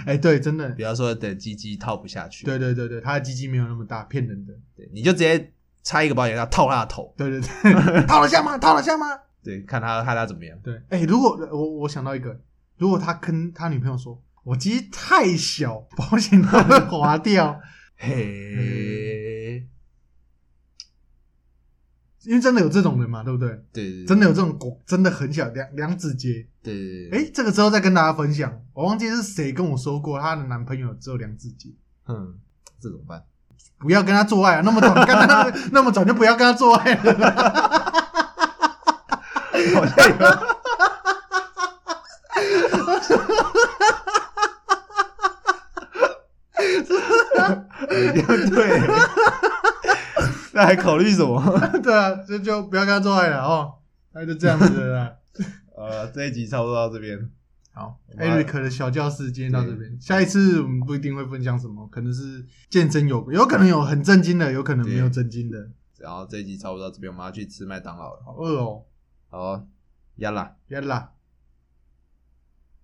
Speaker 2: 哎，对，真的
Speaker 1: 不，要说等鸡鸡套不下去，
Speaker 2: 对对对对，他的鸡鸡没有那么大，骗人的。
Speaker 1: 对，你就直接拆一个保险套套他的头，
Speaker 2: 对对对， 套得下吗？套得下吗？
Speaker 1: 对，看他看他怎么样。
Speaker 2: 对，哎、如果我我想到一个，如果他跟他女朋友说，我鸡太小， 保险套会划掉，
Speaker 1: 嘿，
Speaker 2: 因为真的有这种人嘛，对不对？
Speaker 1: 对对，
Speaker 2: 真
Speaker 1: 的，
Speaker 2: 的有这种狗，真的很小，两两指节。
Speaker 1: 对对
Speaker 2: 哎、
Speaker 1: 对，
Speaker 2: 这个之后再跟大家分享。我忘记是谁跟我说过，她的男朋友只有两指节，
Speaker 1: 嗯，这怎么办？
Speaker 2: 不要跟他做爱啊，那么短， 干他那么短就不要跟他做爱了。
Speaker 1: 好 像有。哎对，那还考虑什么？
Speaker 2: 对啊，就就不要跟他做爱了哦。那就这样子了啦。
Speaker 1: 呃，这一集差不多到这边。
Speaker 2: 好
Speaker 1: 我们
Speaker 2: ，Eric 的小教室今天到这边，下一次我们不一定会分享什么，可能是健身有，有可能有很震惊的，有可能没有震惊的。
Speaker 1: 然后这一集差不多到这边，我们要去吃麦当劳了。
Speaker 2: 好饿哦，
Speaker 1: 好，呀啦。
Speaker 2: 别啦。